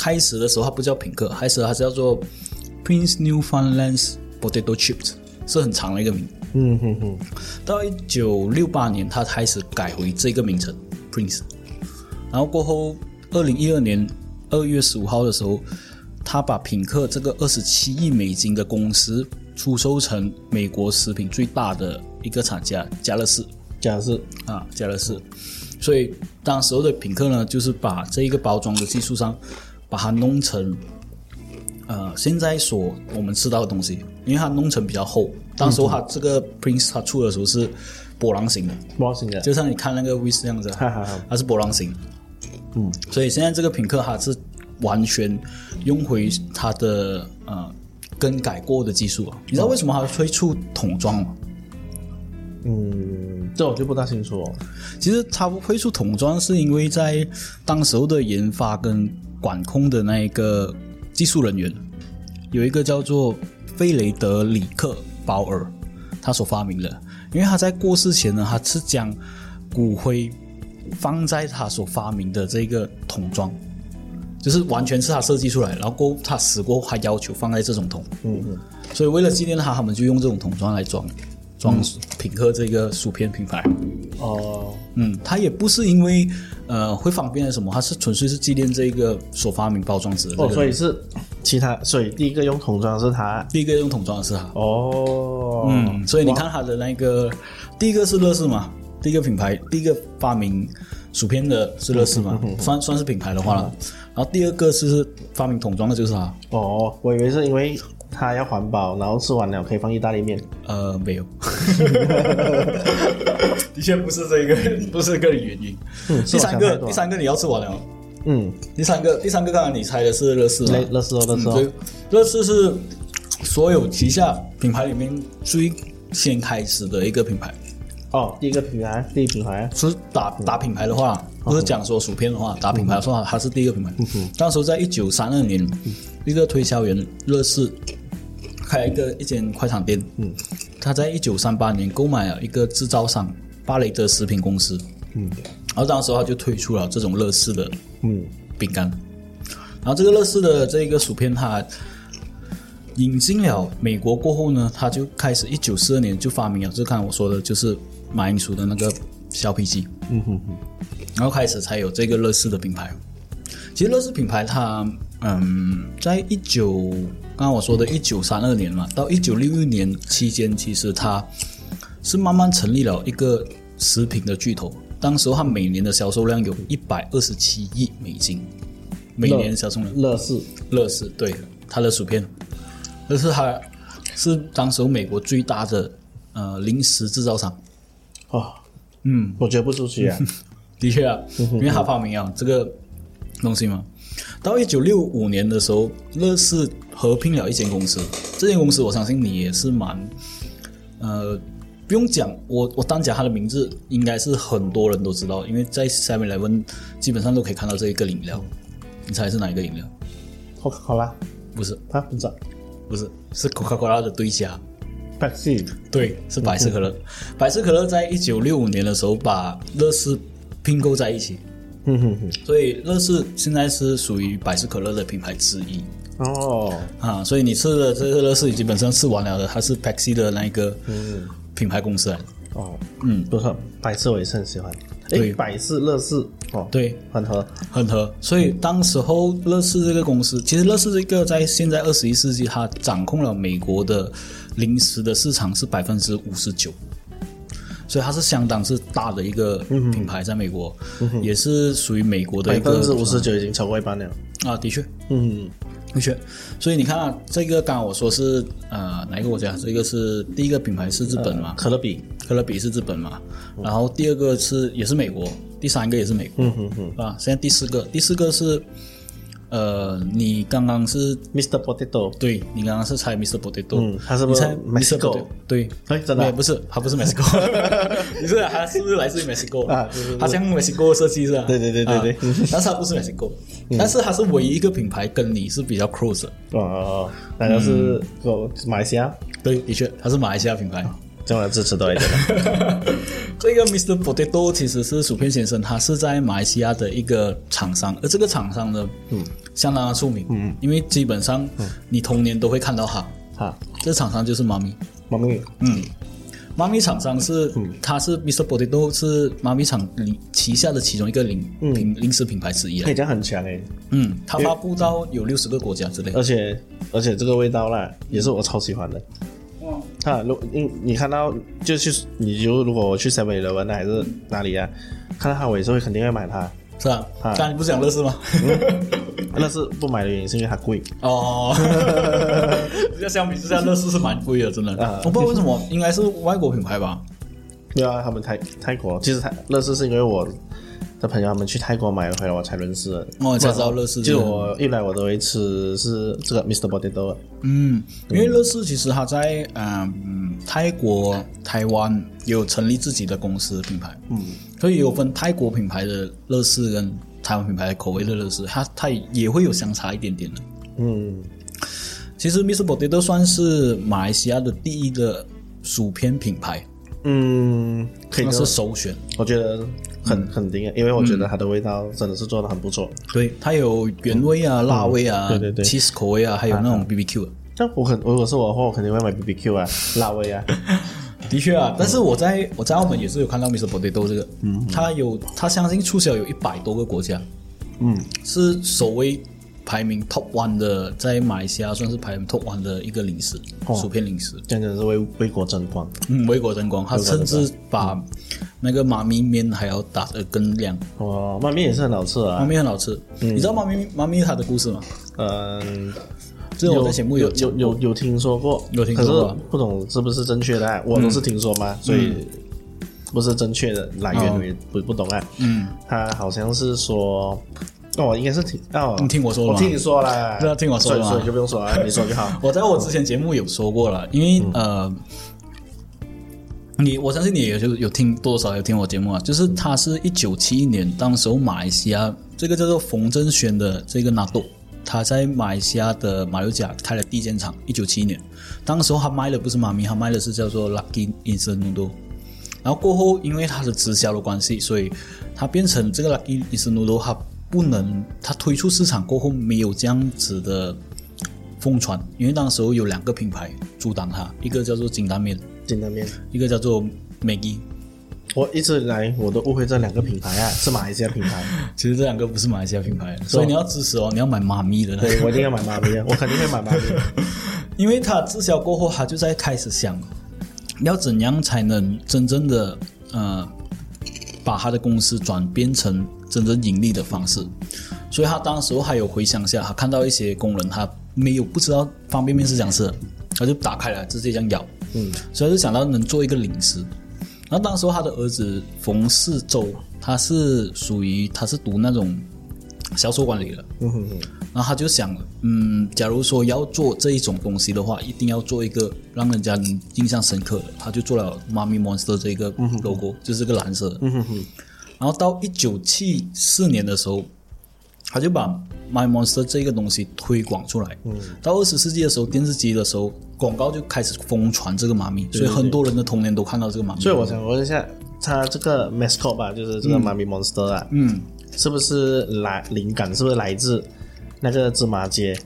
[SPEAKER 2] 开始的时候它不叫品客，开始它叫做 Prince Newfoundland Potato Chips，是很长的一个名字。
[SPEAKER 1] 嗯哼哼，
[SPEAKER 2] 到一九六八年，他开始改回这个名称 Prince。然后过后，二零一二年二月十五号的时候，他把品客这个二十七亿美金的公司出售成美国食品最大的一个厂家家乐氏
[SPEAKER 1] 讲的是
[SPEAKER 2] 啊，家乐氏。所以当时候的品客呢，就是把这一个包装的技术上，把它弄成。呃，现在所我们吃到的东西，因为它弄成比较厚，当
[SPEAKER 1] 嗯
[SPEAKER 2] 时候它这个 Prince 它出的时候是波浪形的，
[SPEAKER 1] 猫型的，
[SPEAKER 2] 就像你看那个 Wish 这样子啊，
[SPEAKER 1] 哈哈哈，
[SPEAKER 2] 它是波浪形。
[SPEAKER 1] 嗯，
[SPEAKER 2] 所以现在这个品客它是完全用回它的呃更改过的技术啊。你
[SPEAKER 1] 哦
[SPEAKER 2] 知道为什么它会出桶装吗？
[SPEAKER 1] 嗯，这我就不大清楚、哦。
[SPEAKER 2] 其实它推出桶装是因为在当时候的研发跟管控的那一个技术人员，有一个叫做费雷德里克·鲍尔，他所发明的。因为他在过世前呢，他是将骨灰放在他所发明的这个桶装，就是完全是他设计出来，然后过后他死过后，他要求放在这种桶，
[SPEAKER 1] 嗯嗯，
[SPEAKER 2] 所以为了纪念他，他们就用这种桶装来装装品喝这个薯片品牌。
[SPEAKER 1] 哦，
[SPEAKER 2] 嗯，它也不是因为呃会方便什么，它是纯粹是纪念这个所发明包装纸的这个
[SPEAKER 1] 哦，
[SPEAKER 2] 人。
[SPEAKER 1] 所以是其他，所以第一个用桶装是他。
[SPEAKER 2] 第一个用桶装的是它。
[SPEAKER 1] 哦，
[SPEAKER 2] 嗯，所以你看它的那个第一个是乐事嘛，第一个品牌，第一个发明薯片的是乐事
[SPEAKER 1] 嗯
[SPEAKER 2] 嘛，算算是品牌的话了。然后第二个是发明桶装的就是它，
[SPEAKER 1] 哦，我以为是因为他要环保，然后吃完了可以放意大利面。
[SPEAKER 2] 呃， 没有，的确不是这个，不是这个原因。第三
[SPEAKER 1] 嗯是我想太
[SPEAKER 2] 个，
[SPEAKER 1] 多了
[SPEAKER 2] 第三个你要吃完了。
[SPEAKER 1] 嗯，
[SPEAKER 2] 第三个，第三个刚才你猜的是乐事嘛
[SPEAKER 1] 乐？乐事哦，乐事
[SPEAKER 2] 嗯所以
[SPEAKER 1] 哦，
[SPEAKER 2] 乐事是所有旗下品牌里面最先开始的一个品牌。
[SPEAKER 1] 哦，第一个品牌，第一品牌，
[SPEAKER 2] 是打
[SPEAKER 1] 嗯
[SPEAKER 2] 打品牌的话，不是讲说薯片的话，打品牌的话，它是第一个品牌。
[SPEAKER 1] 嗯
[SPEAKER 2] 当时在一九三二年，一个推销员乐视开了一个一间快餐店，
[SPEAKER 1] 嗯
[SPEAKER 2] 他在一九三八年购买了一个制造商巴雷德食品公司，
[SPEAKER 1] 嗯
[SPEAKER 2] 然后当时他就推出了这种乐视的
[SPEAKER 1] 嗯，
[SPEAKER 2] 饼干。然后这个乐事的这个薯片，它引进了美国过后呢，它就开始一九四二年就发明了，就刚才我说的，就是马铃薯的那个削皮机，
[SPEAKER 1] 嗯哼哼，
[SPEAKER 2] 然后开始才有这个乐事的品牌。其实乐事品牌它，嗯，在一九刚刚我说的一九三二年嘛，到一九六一年期间，其实它是慢慢成立了一个食品的巨头。当时候它每年的销售量有一百二十七亿美金，每年销售量
[SPEAKER 1] 乐事，
[SPEAKER 2] 乐事对它的薯片，乐事它是当时候美国最大的呃零食制造商。
[SPEAKER 1] 哦，
[SPEAKER 2] 嗯，
[SPEAKER 1] 我觉得不出 去啊。
[SPEAKER 2] 的确啊，因为他发明啊这个东西嘛。到一九六五年的时候，乐视合并了一间公司，这间公司我相信你也是蛮，呃，不用讲，我我单讲它的名字，应该是很多人都知道，因为在 Seven Eleven 基本上都可以看到这一个饮料。你猜是哪一个饮料？
[SPEAKER 1] 好，好啦，
[SPEAKER 2] 不是，
[SPEAKER 1] 他不知道
[SPEAKER 2] 不是，是 Coca-Cola 的对家。
[SPEAKER 1] ，Pepsi，
[SPEAKER 2] 对，是百事可乐。百事可乐在一九六五年的时候把乐视并购在一起，
[SPEAKER 1] 嗯哼哼，
[SPEAKER 2] 所以乐事现在是属于百事可乐的品牌之一
[SPEAKER 1] 哦，
[SPEAKER 2] 啊，所以你吃的这个乐事已经本身吃完了的，它是 Pepsi 的那一个品牌公司来的。
[SPEAKER 1] 哦，
[SPEAKER 2] 嗯，
[SPEAKER 1] 不错，百事我也是很喜欢。
[SPEAKER 2] 对
[SPEAKER 1] 哎，百事、乐事，哦，，
[SPEAKER 2] 对，
[SPEAKER 1] 很合。
[SPEAKER 2] 很合。所以当时候乐视这个公司，其实乐视这个在现在二十一世纪，它掌控了美国的零食的市场是百分之五十九，所以它是相当是大的一个品牌，在美国、也是属于美国的
[SPEAKER 1] 嗯百
[SPEAKER 2] 一个
[SPEAKER 1] 分之五十九已经超过一半了。
[SPEAKER 2] 啊，的确，啊
[SPEAKER 1] 嗯，
[SPEAKER 2] 的确，所以你看啊，这个刚刚我说是呃哪一个国家？这个是第一个品牌是日本嘛，
[SPEAKER 1] 可乐饼，
[SPEAKER 2] 可乐比是日本嘛，然后第二个是也是美国，第三个也是美国，
[SPEAKER 1] 嗯哼哼
[SPEAKER 2] 啊，现在第四个，第四个是呃你刚刚是
[SPEAKER 1] ，Mr. Potato，
[SPEAKER 2] 对你刚刚是猜 Mr. Potato，、
[SPEAKER 1] 嗯他是不
[SPEAKER 2] 你
[SPEAKER 1] 是
[SPEAKER 2] 猜 Mr.
[SPEAKER 1] Mexico？
[SPEAKER 2] Potato？对，
[SPEAKER 1] 哎，真的
[SPEAKER 2] 没有
[SPEAKER 1] 啊
[SPEAKER 2] 不是，他不 是 Mexico，你是啊他是不是来自于 Mexico？
[SPEAKER 1] 啊对对对
[SPEAKER 2] 他像 Mexico 设计是吧？
[SPEAKER 1] 对对对对对嗯
[SPEAKER 2] 啊但是他不是 Mexico，但是他是唯一一个品牌跟你是比较 close 的。
[SPEAKER 1] 哦哦，哦，那就是我马来西亚，
[SPEAKER 2] 对，的确，它是马来西亚品牌。
[SPEAKER 1] 中文支持多一点。啊
[SPEAKER 2] 这个 Mr. Potato 其实是薯片先生，他是在马来西亚的一个厂商，而这个厂商呢，嗯，相当的出名，嗯，因为基本上你童年都会看到它。
[SPEAKER 1] 哈，
[SPEAKER 2] 这厂商就是妈咪，
[SPEAKER 1] 猫咪，
[SPEAKER 2] 嗯，妈咪厂商是，它是 Mr. Potato 是妈咪厂里旗下的其中一个零品零食品牌之一
[SPEAKER 1] 可
[SPEAKER 2] 了。
[SPEAKER 1] 以讲很强诶，
[SPEAKER 2] 嗯，它发布到有六十个国家之类。
[SPEAKER 1] 而且而且这个味道啦，也是我超喜欢的。哈，如你你看到就去，你就如果我去 Seven Eleven 还是哪里啊，看到它我也是会肯定会买它，
[SPEAKER 2] 是啊，
[SPEAKER 1] 啊
[SPEAKER 2] 刚才你不是讲乐事吗？
[SPEAKER 1] 但是不买的原因是因为它贵。
[SPEAKER 2] 哦，
[SPEAKER 1] 啊
[SPEAKER 2] 这个相比之下，乐事是蛮贵的，真的。
[SPEAKER 1] 啊
[SPEAKER 2] 我不知道为什么，应该是外国品牌吧？
[SPEAKER 1] 对啊，他们泰泰国其实泰乐事是因为我的朋友他们去泰国买了回来，我才认识的。
[SPEAKER 2] 哦才知道乐事
[SPEAKER 1] 嗯就
[SPEAKER 2] 这个
[SPEAKER 1] 我一来我都会吃是这个 Mr. Potato，
[SPEAKER 2] 嗯，因为乐视其实它在嗯泰国、台湾有成立自己的公司品牌，嗯，所以有分泰国品牌的乐视跟台湾品牌的口味的乐视，它它也会有相差一点点的。
[SPEAKER 1] 嗯，
[SPEAKER 2] 其实 Mr. Potato 算是马来西亚的第一个薯片品牌，
[SPEAKER 1] 嗯，可以
[SPEAKER 2] 那
[SPEAKER 1] 这
[SPEAKER 2] 是
[SPEAKER 1] 么，
[SPEAKER 2] 首选。
[SPEAKER 1] 我觉得很肯定，因为我觉得它的味道真的是做的很不错。
[SPEAKER 2] 对，它有原味啊、辣味啊、
[SPEAKER 1] 嗯对对对
[SPEAKER 2] cheese 口味啊，还有那种 BBQ 的。
[SPEAKER 1] 但我肯如果是我的话，我肯定会买 BBQ 啊，辣味啊，
[SPEAKER 2] 的确
[SPEAKER 1] 嗯
[SPEAKER 2] 啊，但是我在我在澳门也是有看到 Mr. Potato 这个，嗯，他有他相信促销有一百多个国家，
[SPEAKER 1] 嗯，
[SPEAKER 2] 是首位排名 Top One 的，在马来西亚算是排名 Top One 的一个零食，
[SPEAKER 1] 哦
[SPEAKER 2] 薯片零食。
[SPEAKER 1] 这样真的是为为国争光。
[SPEAKER 2] 嗯，为国争光，他甚至把那个马咪面还要打得更亮，
[SPEAKER 1] 哦，拌面也是很好吃
[SPEAKER 2] 马
[SPEAKER 1] 啊。
[SPEAKER 2] 咪很好吃。你知道马咪马咪它的故事吗？
[SPEAKER 1] 嗯，
[SPEAKER 2] 这个我在节目
[SPEAKER 1] 有
[SPEAKER 2] 讲
[SPEAKER 1] 有有有听说过，
[SPEAKER 2] 有听说过
[SPEAKER 1] 可是不懂是不是正确的、啊，我都是听说嘛，所以不是正确的来源
[SPEAKER 2] 哦
[SPEAKER 1] 我也不、不懂啊。嗯，他好像是说，哦，应该是听哦，
[SPEAKER 2] 你听我说了
[SPEAKER 1] 我
[SPEAKER 2] 吗
[SPEAKER 1] 听你说了，
[SPEAKER 2] 对啊听我说
[SPEAKER 1] 所
[SPEAKER 2] 了
[SPEAKER 1] 以
[SPEAKER 2] 嘛。
[SPEAKER 1] 所以就不用说了，你说就好
[SPEAKER 2] 我在我之前节目有说过了，因为、呃，你我相信你也就有听多少有听我节目啊，就是它是一九七一年，当时候马来西亚这个叫做冯正轩的这个纳豆，他在马来西亚的马六甲开了第一间厂，一九七一年，当时候他卖的不是妈咪，他卖的是叫做 Lucky Instant Noodle。然后过后，因为它的直销的关系，所以它变成这个 Lucky Instant Noodle，它不能，它推出市场过后没有这样子的疯传，因为当时候有两个品牌阻挡它，一个叫做金丹面，
[SPEAKER 1] 金丹面，
[SPEAKER 2] 一个叫做美记。
[SPEAKER 1] 我一直以来我都误会这两个品牌啊，是马来西亚品牌，
[SPEAKER 2] 其实这两个不是马来西亚品牌，所以你要支持哦，你要买妈咪的那个，
[SPEAKER 1] 对我一定要买妈咪的，我肯定会买妈咪的。
[SPEAKER 2] 嗯 因为它滞销过后，它就在开始想，要怎样才能真正的呃，把他的公司转变成真正盈利的方式。所以他当时候还有回想一下，他看到一些工人他没有不知道方便面是怎样吃的，他就打开来直接这样咬，
[SPEAKER 1] 嗯，
[SPEAKER 2] 所以他就想到能做一个零食。然后当时候他的儿子冯世周，他是属于他是读那种销售管理的，
[SPEAKER 1] 嗯哼哼
[SPEAKER 2] 然后他就想，嗯，假如说要做这一种东西的话，一定要做一个让人家印象深刻的。他就做了“妈咪 Monster” 这个
[SPEAKER 1] 嗯
[SPEAKER 2] logo，、就是这个蓝色的。
[SPEAKER 1] 嗯哼哼，
[SPEAKER 2] 然后到一九七四年的时候，他就把 My Monster 这个东西推广出来。嗯，到二十世纪的时候，电视机的时候，广告就开始疯传这个妈咪，所以很多人的童年都看到这个妈咪。
[SPEAKER 1] 所以我想问一下，它这个 mascot 吧，就是这个妈咪 monster 啊，
[SPEAKER 2] 嗯，
[SPEAKER 1] 是不是来灵感是不是来自那个芝麻街？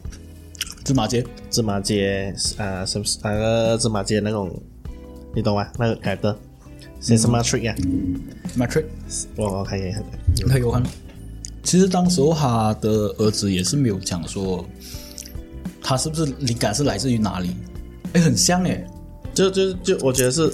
[SPEAKER 2] 芝麻街，
[SPEAKER 1] 芝麻街啊，什么那个芝麻街那种，你懂吗？那个改
[SPEAKER 2] 嗯
[SPEAKER 1] 的 Sesame Street 啊，
[SPEAKER 2] m a t r i x
[SPEAKER 1] 我我看一看，
[SPEAKER 2] 他有看。其实当时候他的儿子也是没有讲说，他是不是灵感是来自于哪里？哎，很像哎，
[SPEAKER 1] 就就就我觉得是，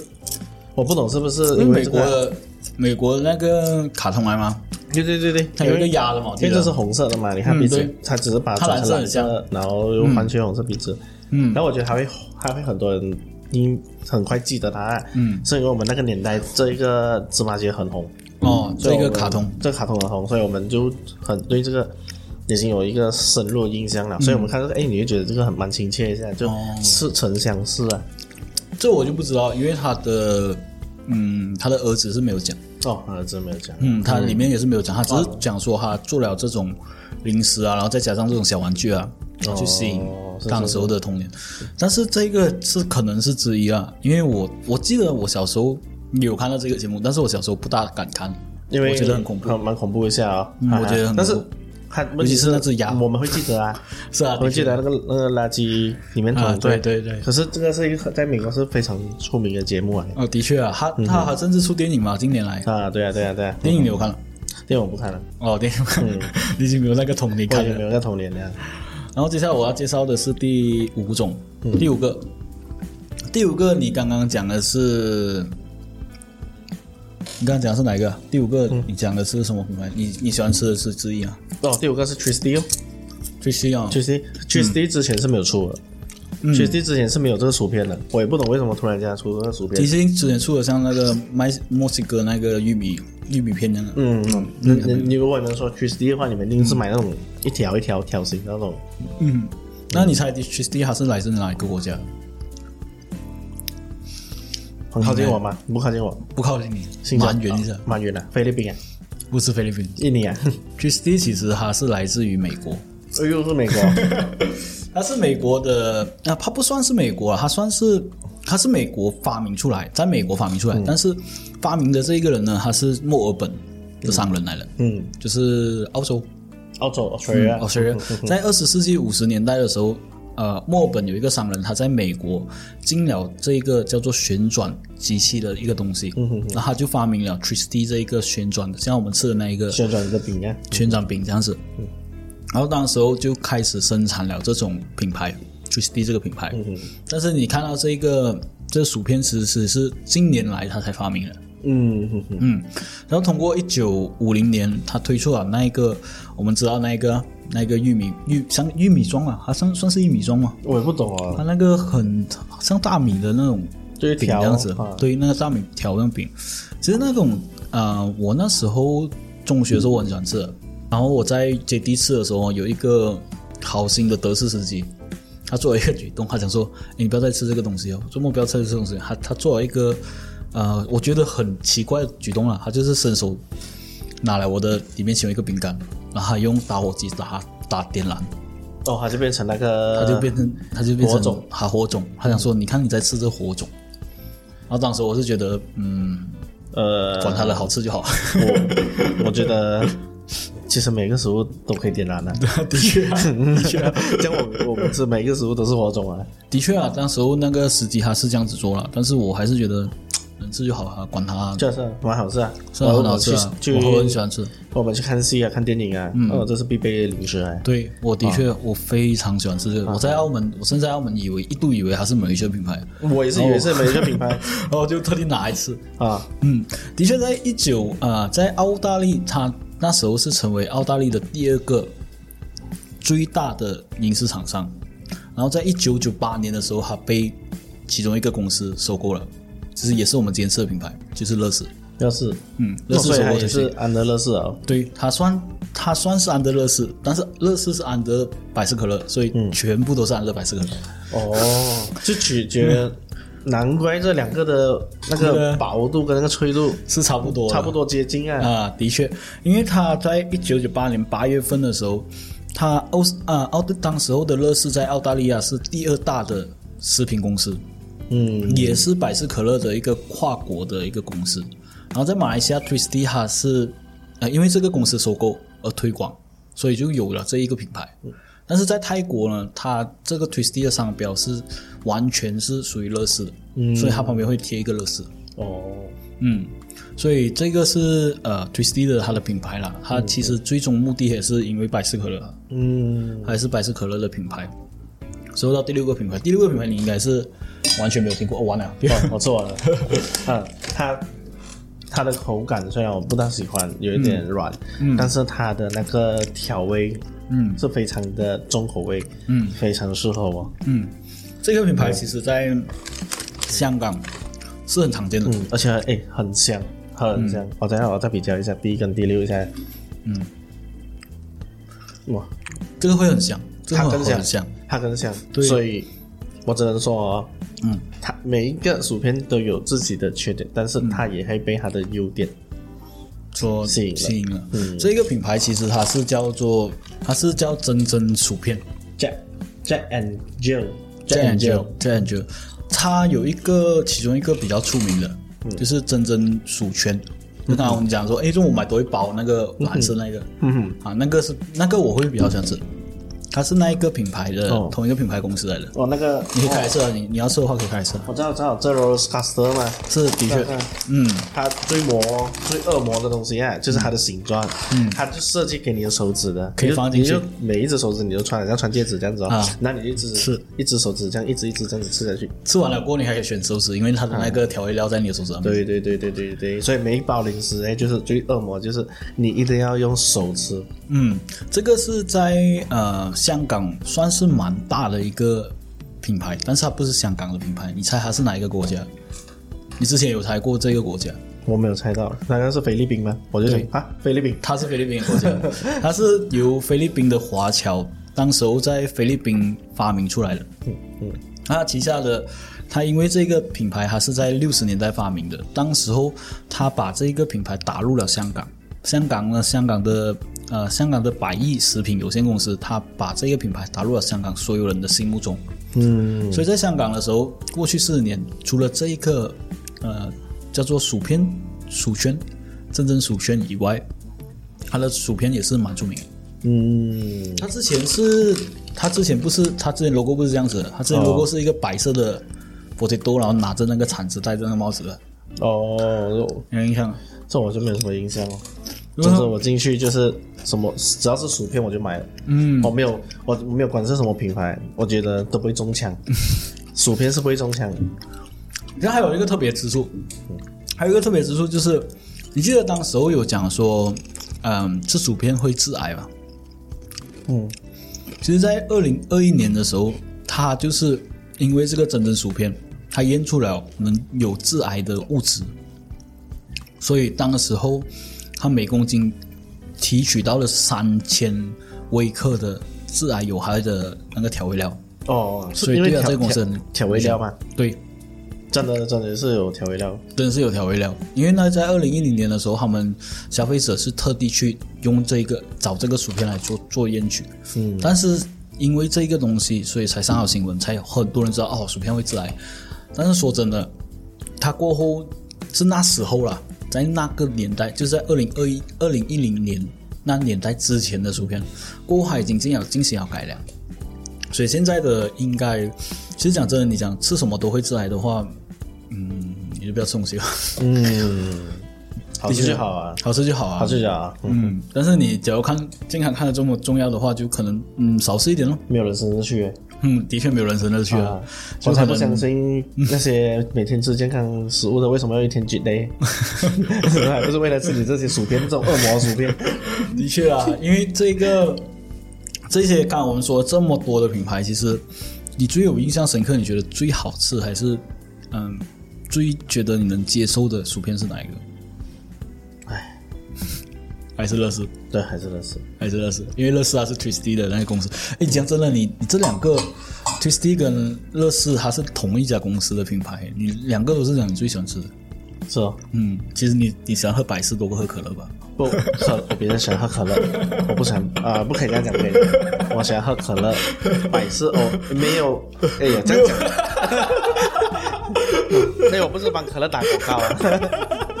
[SPEAKER 1] 我不懂是不是因为
[SPEAKER 2] 美
[SPEAKER 1] 这
[SPEAKER 2] 国
[SPEAKER 1] 个？
[SPEAKER 2] 的美国的那个卡通来吗？
[SPEAKER 1] 对对对对，
[SPEAKER 2] 它有一个鸭的嘛，我记
[SPEAKER 1] 因为这
[SPEAKER 2] 得
[SPEAKER 1] 是红色的嘛，你看鼻子
[SPEAKER 2] 嗯对，
[SPEAKER 1] 它只是把
[SPEAKER 2] 它
[SPEAKER 1] 抓
[SPEAKER 2] 蓝
[SPEAKER 1] 成
[SPEAKER 2] 色很
[SPEAKER 1] 蓝色的，然后又环圈红色鼻子，
[SPEAKER 2] 嗯，
[SPEAKER 1] 然后我觉得还会还会很多人因很快记得它，嗯，是因为我们那个年代这一个芝麻街很红，
[SPEAKER 2] 哦，
[SPEAKER 1] 所以
[SPEAKER 2] 这
[SPEAKER 1] 我
[SPEAKER 2] 个
[SPEAKER 1] 们
[SPEAKER 2] 卡通，
[SPEAKER 1] 这个卡通很红，所以我们就很对这个已经有一个深入的印象了。所以我们看这个，哎，你就觉得这个很蛮亲切一下，就
[SPEAKER 2] 嗯哦
[SPEAKER 1] 似曾相识啊。
[SPEAKER 2] 这我就不知道，因为他的嗯，他的儿子是没有讲，
[SPEAKER 1] 哦，儿子没有讲，
[SPEAKER 2] 嗯，他里面也是没有讲，他只是
[SPEAKER 1] 嗯
[SPEAKER 2] 讲说他做了这种零食啊，然后再加上这种小玩具啊，去吸引
[SPEAKER 1] 哦是是
[SPEAKER 2] 当时候的童年。但是这个是可能是之一啊，因为我我记得我小时候有看到这个节目，但是我小时候不大敢看，
[SPEAKER 1] 因为
[SPEAKER 2] 我觉得很恐怖，
[SPEAKER 1] 蛮恐怖一下啊。
[SPEAKER 2] 嗯我觉得很恐怖
[SPEAKER 1] 但是它问
[SPEAKER 2] 尤其
[SPEAKER 1] 题
[SPEAKER 2] 是那只鸭
[SPEAKER 1] 我们会记得啊，
[SPEAKER 2] 是啊
[SPEAKER 1] 我，们记得那个那个垃圾里面
[SPEAKER 2] 啊
[SPEAKER 1] 桶。
[SPEAKER 2] 对对对
[SPEAKER 1] 可是这个是一个在美国是非常出名的节目啊。
[SPEAKER 2] 哦，的确啊，他他还甚至出电影嘛，近年来
[SPEAKER 1] 啊，对啊，对啊，对啊，
[SPEAKER 2] 电影你有看了？
[SPEAKER 1] 因为我不看了，
[SPEAKER 2] 哦，电影
[SPEAKER 1] 嗯
[SPEAKER 2] 你已经没有那个童年
[SPEAKER 1] 我
[SPEAKER 2] 看
[SPEAKER 1] 已
[SPEAKER 2] 了
[SPEAKER 1] 经。没有那童年了。
[SPEAKER 2] 然后接下来我要介绍的是第五种，第五个，第五个你刚刚讲的是，你刚刚讲的是哪一个？第五个你讲的是什么品牌？你你喜欢吃的是之一啊？
[SPEAKER 1] 哦，第五个是 Tristy 哦
[SPEAKER 2] 最需要嗯
[SPEAKER 1] ，Tristy Tristy 之前是没有出的，雪地之前是没有这个薯片的，我也不懂为什么突然间出这个薯
[SPEAKER 2] 其
[SPEAKER 1] 片。
[SPEAKER 2] 实之前出了像那个麦墨西哥那个玉米玉米片那个，
[SPEAKER 1] 嗯，你你你如果能说 c h e e s e 的话，你们一定是买那种一条一条条形的那种。
[SPEAKER 2] 嗯，那你猜 h s d 它是来自哪一个国家？
[SPEAKER 1] 很靠近我吗？你不靠近我，
[SPEAKER 2] 不靠近你，
[SPEAKER 1] 新疆
[SPEAKER 2] 蛮远一下
[SPEAKER 1] 哦，蛮远的，菲律宾啊，
[SPEAKER 2] 不是菲律宾。
[SPEAKER 1] 印尼 啊，
[SPEAKER 2] h s d 其实它是来自于美国，
[SPEAKER 1] 哎呦是美 国，
[SPEAKER 2] 它是美国的，啊，它不算是美国啊，它算是它是美国发明出来，在美国发明
[SPEAKER 1] 嗯
[SPEAKER 2] 出来，但是发明的这一个人呢，他是墨尔本的商人来的，
[SPEAKER 1] 嗯，
[SPEAKER 2] 就是澳洲，
[SPEAKER 1] 澳洲 Australia 嗯
[SPEAKER 2] 哦，虽然在二十世纪五十年代的时候，呃，墨尔本有一个商人，他在美国进了这一个叫做旋转机器的一个东西，
[SPEAKER 1] 嗯
[SPEAKER 2] 然后他就发明了 Twisty 这一个旋转的，像我们吃的那一个
[SPEAKER 1] 旋转你的饼干，啊
[SPEAKER 2] 旋转饼这样子。然后当时候就开始生产了这种品牌 Twisty 这个品牌，但是你看到这一个这个薯片其实是近年来他才发明的。
[SPEAKER 1] 嗯哼哼，
[SPEAKER 2] 嗯，然后通过一九五零年，他推出了那一个，我们知道那一个那一个玉米玉像玉米装啊，它算算是玉米装吗？
[SPEAKER 1] 我也不懂啊
[SPEAKER 2] 它，那个很像大米的那种
[SPEAKER 1] 就一
[SPEAKER 2] 饼
[SPEAKER 1] 条
[SPEAKER 2] 这样子
[SPEAKER 1] 啊，，
[SPEAKER 2] 对，那个大米条那种饼，其实那种呃，我那时候中学的时候我很喜欢吃的，然后我在接第一次的时候，有一个好心的德式司机，他做了一个举动，他讲说：“诶你不要再吃这个东西哦，周末不要吃这个东西。他”他做了一个呃，我觉得很奇怪的举动了，他就是伸手拿来我的里面其中一个饼干，然后他用打火机打打点燃。
[SPEAKER 1] 哦，它就变成那个，
[SPEAKER 2] 他就变成他就变成
[SPEAKER 1] 火种，
[SPEAKER 2] 他火种，他想说，你看你在吃这火种。然后当时我是觉得，嗯，
[SPEAKER 1] 呃，
[SPEAKER 2] 管它的好吃就好。
[SPEAKER 1] 我我觉得其实每个食物都可以点 燃的、
[SPEAKER 2] 的确、啊，的确、啊，
[SPEAKER 1] 像我们我们吃每个食物都是火种啊，
[SPEAKER 2] 的确啊，当时候那个司机他是这样子做了，但是我还是觉得能吃就好啊，管他，
[SPEAKER 1] 这是蛮好吃啊，
[SPEAKER 2] 虽然很好吃啊，
[SPEAKER 1] 就
[SPEAKER 2] 我很喜欢吃。
[SPEAKER 1] 我们去看戏啊，看电影啊，哦，这是必备的零食哎、
[SPEAKER 2] 对，我的确，我非常喜欢吃这个。我在澳门，我甚至在澳门以为一度以为它是某一些品 牌，
[SPEAKER 1] 我也是以为是每一个品牌
[SPEAKER 2] 然后我哦就特地拿来吃。
[SPEAKER 1] 啊，
[SPEAKER 2] 嗯，的确，在一九啊，在澳大利，它那时候是成为澳大利的第二个最大的影视厂商。然后在一九九八年的时候，它被其中一个公司收购了，其实也是我们今天吃的品牌，就是乐视。
[SPEAKER 1] 乐事，
[SPEAKER 2] 嗯，乐
[SPEAKER 1] 乐
[SPEAKER 2] 视
[SPEAKER 1] 事
[SPEAKER 2] 收购
[SPEAKER 1] 也
[SPEAKER 2] 的
[SPEAKER 1] 是安德乐事啊，
[SPEAKER 2] 对，它算它算是安德乐视，但是乐视是安德百事可乐，所以全部都是安德百事可乐。
[SPEAKER 1] 哦，就取 决，难怪这两个的那个薄度跟那个脆度
[SPEAKER 2] 是差不多的，
[SPEAKER 1] 差不多接近啊，
[SPEAKER 2] 啊，的确，因为他在一九九八年八月份的时候，他欧啊奥地当时候的乐视在澳大利亚是第二大的食品公司，
[SPEAKER 1] 嗯，
[SPEAKER 2] 也是百事可乐的一个跨国的一个公司。然后在马来西亚 Twisty 它是呃因为这个公司收购而推广，所以就有了这一个品牌。但是在泰国呢，它这个 Twisty 的商标是完全是属于乐视的，所以它旁边会贴一个乐视。
[SPEAKER 1] 哦，
[SPEAKER 2] 嗯，所以这个是呃 Twisty 的它的品牌啦，它其实最终目的也是因为百事可乐，
[SPEAKER 1] 嗯，
[SPEAKER 2] 还是百事可乐的品牌。说到第六个品牌，第六个品牌你应该是完全没有听过，哦，完了，
[SPEAKER 1] 我做 完了。嗯，它它的口感虽然我不大喜欢，有一点软，但是它的那个调味，嗯，是非常的重口味，嗯，非常适合我。
[SPEAKER 2] 嗯，这个品牌其实在香港是很常见的，
[SPEAKER 1] 嗯，而且哎，很香，很香。我等一下我再比较一下第一跟第六一下。嗯，哇，
[SPEAKER 2] 这个会很香，这个
[SPEAKER 1] 它
[SPEAKER 2] 会
[SPEAKER 1] 更香，
[SPEAKER 2] 很香，
[SPEAKER 1] 它更香，
[SPEAKER 2] 对
[SPEAKER 1] 所以我只能说哦。
[SPEAKER 2] 嗯，
[SPEAKER 1] 它每一个薯片都有自己的缺点，但是它也会被它的优点。
[SPEAKER 2] 说
[SPEAKER 1] 吸引了嗯
[SPEAKER 2] 吸引了。这个品牌其实它是叫做它是叫真真薯片，
[SPEAKER 1] Jack Jack and Jill
[SPEAKER 2] Jack and Jill，Jack and Jill，它有一个其中一个比较出名的，
[SPEAKER 1] 嗯
[SPEAKER 2] 就是真真薯圈。就刚才我们讲说，诶，中午买多一包那个蓝色那个，嗯啊，那个是那个我会比较想吃，它是那一个品牌的、
[SPEAKER 1] 哦
[SPEAKER 2] 同一个品牌公司来的。
[SPEAKER 1] 哦，那个
[SPEAKER 2] 你可以开始啊，你你要吃的话可以开始啊。
[SPEAKER 1] 我知道，知道这 Rose Caster 嘛，
[SPEAKER 2] 是的确
[SPEAKER 1] 嗯，
[SPEAKER 2] 嗯，
[SPEAKER 1] 它最魔、最恶魔的东西啊，就是它的形状，嗯，它就设计给你的手指的，
[SPEAKER 2] 可以
[SPEAKER 1] 你就
[SPEAKER 2] 放进去
[SPEAKER 1] 你就每一只手指你就穿，像穿戒指这样子哦
[SPEAKER 2] 啊，
[SPEAKER 1] 那你就一只
[SPEAKER 2] 是
[SPEAKER 1] 一只手指这样一直一直这样子吃下去，
[SPEAKER 2] 吃完了过后你还可以选手指，因为它的那个调味料在你的手指上面。
[SPEAKER 1] 对对对对对对，所以每一包零食哎，就是最恶魔，就是你一定要用手吃，
[SPEAKER 2] 嗯，这个是在呃香港算是蛮大的一个品牌，但是它不是香港的品牌，你猜它是哪一个国家？你之前有猜过这个国家？
[SPEAKER 1] 我没有猜到，难道是菲律宾吗？我就想啊，菲律宾，
[SPEAKER 2] 它是菲律宾的国家， 它是由菲律宾的华侨，当时候在菲律宾发明出来的。嗯嗯，它旗下的，它因为这个品牌，它是在六十年代发明的，当时候它把这个品牌打入了香港。香港呢，香港的呃，香港的百亿食品有限公司，它把这个品牌打入了香港所有人的心目中。
[SPEAKER 1] 嗯，
[SPEAKER 2] 所以在香港的时候，过去四十年，除了这一个呃叫做薯片薯圈，真正薯圈以外，它的薯片也是蛮出名的。
[SPEAKER 1] 嗯，
[SPEAKER 2] 它之前是，它之前不是，它之前 logo 不是这样子的，它之前
[SPEAKER 1] 哦
[SPEAKER 2] logo 是一个白色的呃 potato，、然后拿着那个铲子，戴着那个帽子的，
[SPEAKER 1] 哦，
[SPEAKER 2] 有印象吗？
[SPEAKER 1] 这我就没有什么印象了。
[SPEAKER 2] 如
[SPEAKER 1] 总
[SPEAKER 2] 果
[SPEAKER 1] 之我进去就是什么，只要是薯片我就买了。哦
[SPEAKER 2] 嗯，
[SPEAKER 1] 我没有，我没有管是什么品牌，我觉得都不会中 枪。薯片是不会中枪的。
[SPEAKER 2] 然后还有一个特别之处，还有一个特别之处就是，你记得当时候有讲说，嗯，吃薯片会致癌吧？
[SPEAKER 1] 嗯，
[SPEAKER 2] 其实，在二零二一年的时候，它就是因为这个真真薯片，它验出了能有致癌的物质，所以当时候它每公斤提取到了三千微克的致癌有害的那个调味料，
[SPEAKER 1] 哦，
[SPEAKER 2] 所
[SPEAKER 1] 是
[SPEAKER 2] 以
[SPEAKER 1] 因为
[SPEAKER 2] 对啊
[SPEAKER 1] 调
[SPEAKER 2] 这个公司
[SPEAKER 1] 调
[SPEAKER 2] 很
[SPEAKER 1] 调味料嘛，
[SPEAKER 2] 对，
[SPEAKER 1] 真的真的是有调味料。
[SPEAKER 2] 真的是有调味料。因为呢，在二零一零年的时候，他们消费者是特地去用这个找这个薯片来做做验取，
[SPEAKER 1] 嗯，
[SPEAKER 2] 但是因为这个东西，所以才上了新闻，才有很多人知道哦，薯片会致癌。但是说真的，它过后是那时候啦，在那个年代，就是在二零二一、二零一零年那年代之前的薯片，过后它已经进了进行了改良。所以现在的应该，其实讲真的，你讲吃什么都会致癌的话，嗯，你就不要吃东西了，嗯
[SPEAKER 1] 嗯好吃就好啊，
[SPEAKER 2] 好吃就好啊，
[SPEAKER 1] 好吃就好啊。嗯，
[SPEAKER 2] 嗯，但是你假如看健康看得这么重要的话，就可能嗯少吃一点咯。
[SPEAKER 1] 没有人生日去。
[SPEAKER 2] 嗯，的确没有人生乐趣了
[SPEAKER 1] 啊。我
[SPEAKER 2] 就嗯可
[SPEAKER 1] 才不
[SPEAKER 2] 能
[SPEAKER 1] 相信那些每天吃健康食物的为什么要一天 cheat day，还不是为了吃你这些薯片这种恶魔薯 片？
[SPEAKER 2] 的确啊，因为这个这些刚刚我们说这么多的品牌，其实你最有印象深刻，你觉得最好吃还是嗯最觉得你能接受的薯片是哪一个？还是乐事，
[SPEAKER 1] 对，还真的是
[SPEAKER 2] 还是乐事，因为乐事它是 Twisty 的那个公司。哎，讲真的，你你这两个 Twisty 跟乐事它是同一家公司的品牌，你两个都是讲你最喜欢吃的。
[SPEAKER 1] 是哦。
[SPEAKER 2] 嗯，其实你你喜欢喝百事多过喝可乐吧？
[SPEAKER 1] 不，可我别人喜欢喝可乐，我不喜欢啊、不可以这样讲，不可以这样讲。我喜欢喝可乐，百事哦，没有，哎呀，这样讲，所以我不是帮可乐打广告啊。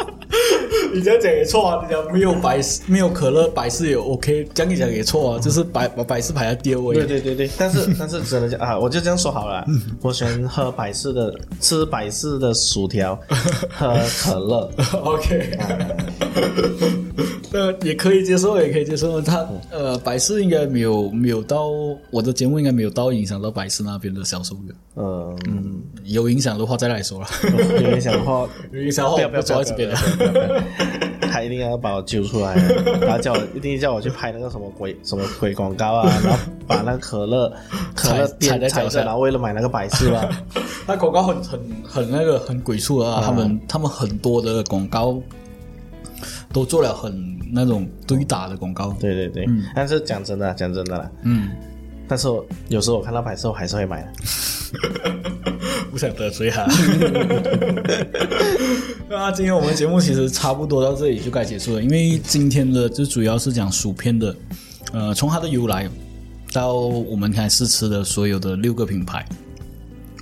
[SPEAKER 2] 你这样讲也错啊！你讲没有百事，没有可乐，百事也 OK，这样一讲也错啊，就是百把百事排在第二位。
[SPEAKER 1] 对 对对对，但是但是真的讲啊，我就这样说好了，我喜欢喝百事的，吃百事的薯条，喝可乐。
[SPEAKER 2] OK，呃，也可以接受，也可以接受。他呃，百事应该没有没有到我的节目，应该没有到影响到百事那边的销售的。
[SPEAKER 1] 嗯，
[SPEAKER 2] 有影响的话再来说了，
[SPEAKER 1] 哦有影响的话，
[SPEAKER 2] 有影响的话
[SPEAKER 1] 不
[SPEAKER 2] 我
[SPEAKER 1] 要不要
[SPEAKER 2] 走到这边了。
[SPEAKER 1] 他一定要把我揪出来，啊他叫我一定叫我去拍那个什么鬼什么鬼广告啊， 然后把那个可乐可乐
[SPEAKER 2] 踩
[SPEAKER 1] 店
[SPEAKER 2] 在脚
[SPEAKER 1] 踩
[SPEAKER 2] 下
[SPEAKER 1] 着，然后为了买那个百事啊 吧，
[SPEAKER 2] 那广告很很很那个很鬼畜啊！他们他们很多的广告都做了很那种对打的广告。
[SPEAKER 1] 对对对。但是讲真的，啊讲真的啦，
[SPEAKER 2] 嗯，
[SPEAKER 1] 但是我有时候我看到百事，我还是会买的。
[SPEAKER 2] 不想得罪哈。 那今天我们节目其实差不多到这里就该结束了，因为今天的就主要是讲薯片的，呃，从它的由来到我们开始吃的所有的六个品牌。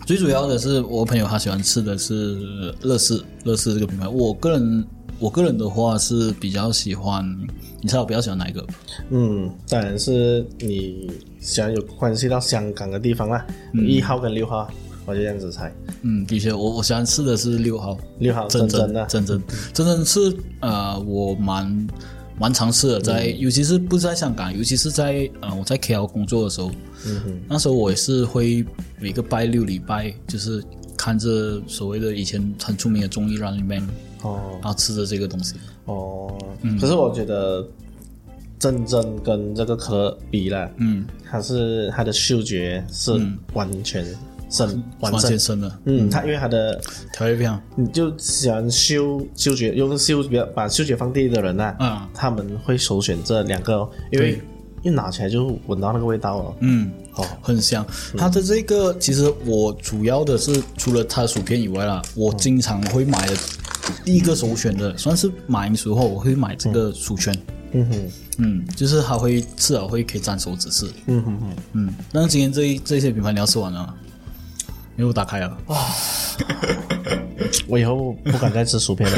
[SPEAKER 2] 最主要的是，我朋友他喜欢吃的是乐事，乐事这个品牌。我个人，我个人的话是比较喜欢，你猜我比较喜欢哪一个？
[SPEAKER 1] 嗯，当然是你喜欢有关系到香港的地方啦，一、号跟六号，我就这样子猜。
[SPEAKER 2] 嗯，的确，我我喜欢吃的是六号，
[SPEAKER 1] 六号
[SPEAKER 2] 真
[SPEAKER 1] 啊真
[SPEAKER 2] 真
[SPEAKER 1] 的，
[SPEAKER 2] 真真真真是呃，我蛮蛮尝试的，在、尤其是不是在香港，尤其是在呃我在 KL 工作的时候，
[SPEAKER 1] 嗯哼，
[SPEAKER 2] 那时候我也是会每个拜六礼拜就是看着所谓的以前很出名的综艺 Running Man，
[SPEAKER 1] 哦
[SPEAKER 2] 然后吃着这个东西。
[SPEAKER 1] 哦，
[SPEAKER 2] 嗯
[SPEAKER 1] 可是我觉得真正跟这个可乐比啦，
[SPEAKER 2] 嗯，
[SPEAKER 1] 它是它的嗅觉是完全生嗯完
[SPEAKER 2] 关
[SPEAKER 1] 胜
[SPEAKER 2] 键。生了，
[SPEAKER 1] 嗯，它因为它的，
[SPEAKER 2] 条件非常
[SPEAKER 1] 你就喜欢嗅嗅觉，用嗅觉把嗅觉放第一的人呐、
[SPEAKER 2] 啊，
[SPEAKER 1] 他们会首选这两个、哦，因为
[SPEAKER 2] 对
[SPEAKER 1] 一拿起来就闻到那个味道了。
[SPEAKER 2] 嗯，
[SPEAKER 1] 哦，
[SPEAKER 2] 很香。它的这个其实我主要的是除了它的薯片以外啦，我经常会买的第一个首选的，算是买的时候我会买这个薯圈，
[SPEAKER 1] 嗯哼，
[SPEAKER 2] 嗯，就是它会至少会可以沾手指吃，
[SPEAKER 1] 嗯哼哼，
[SPEAKER 2] 嗯。但是今天这一这些品牌你要吃完了吗，因为我打开啊了，
[SPEAKER 1] 我以后不敢再吃薯 片了。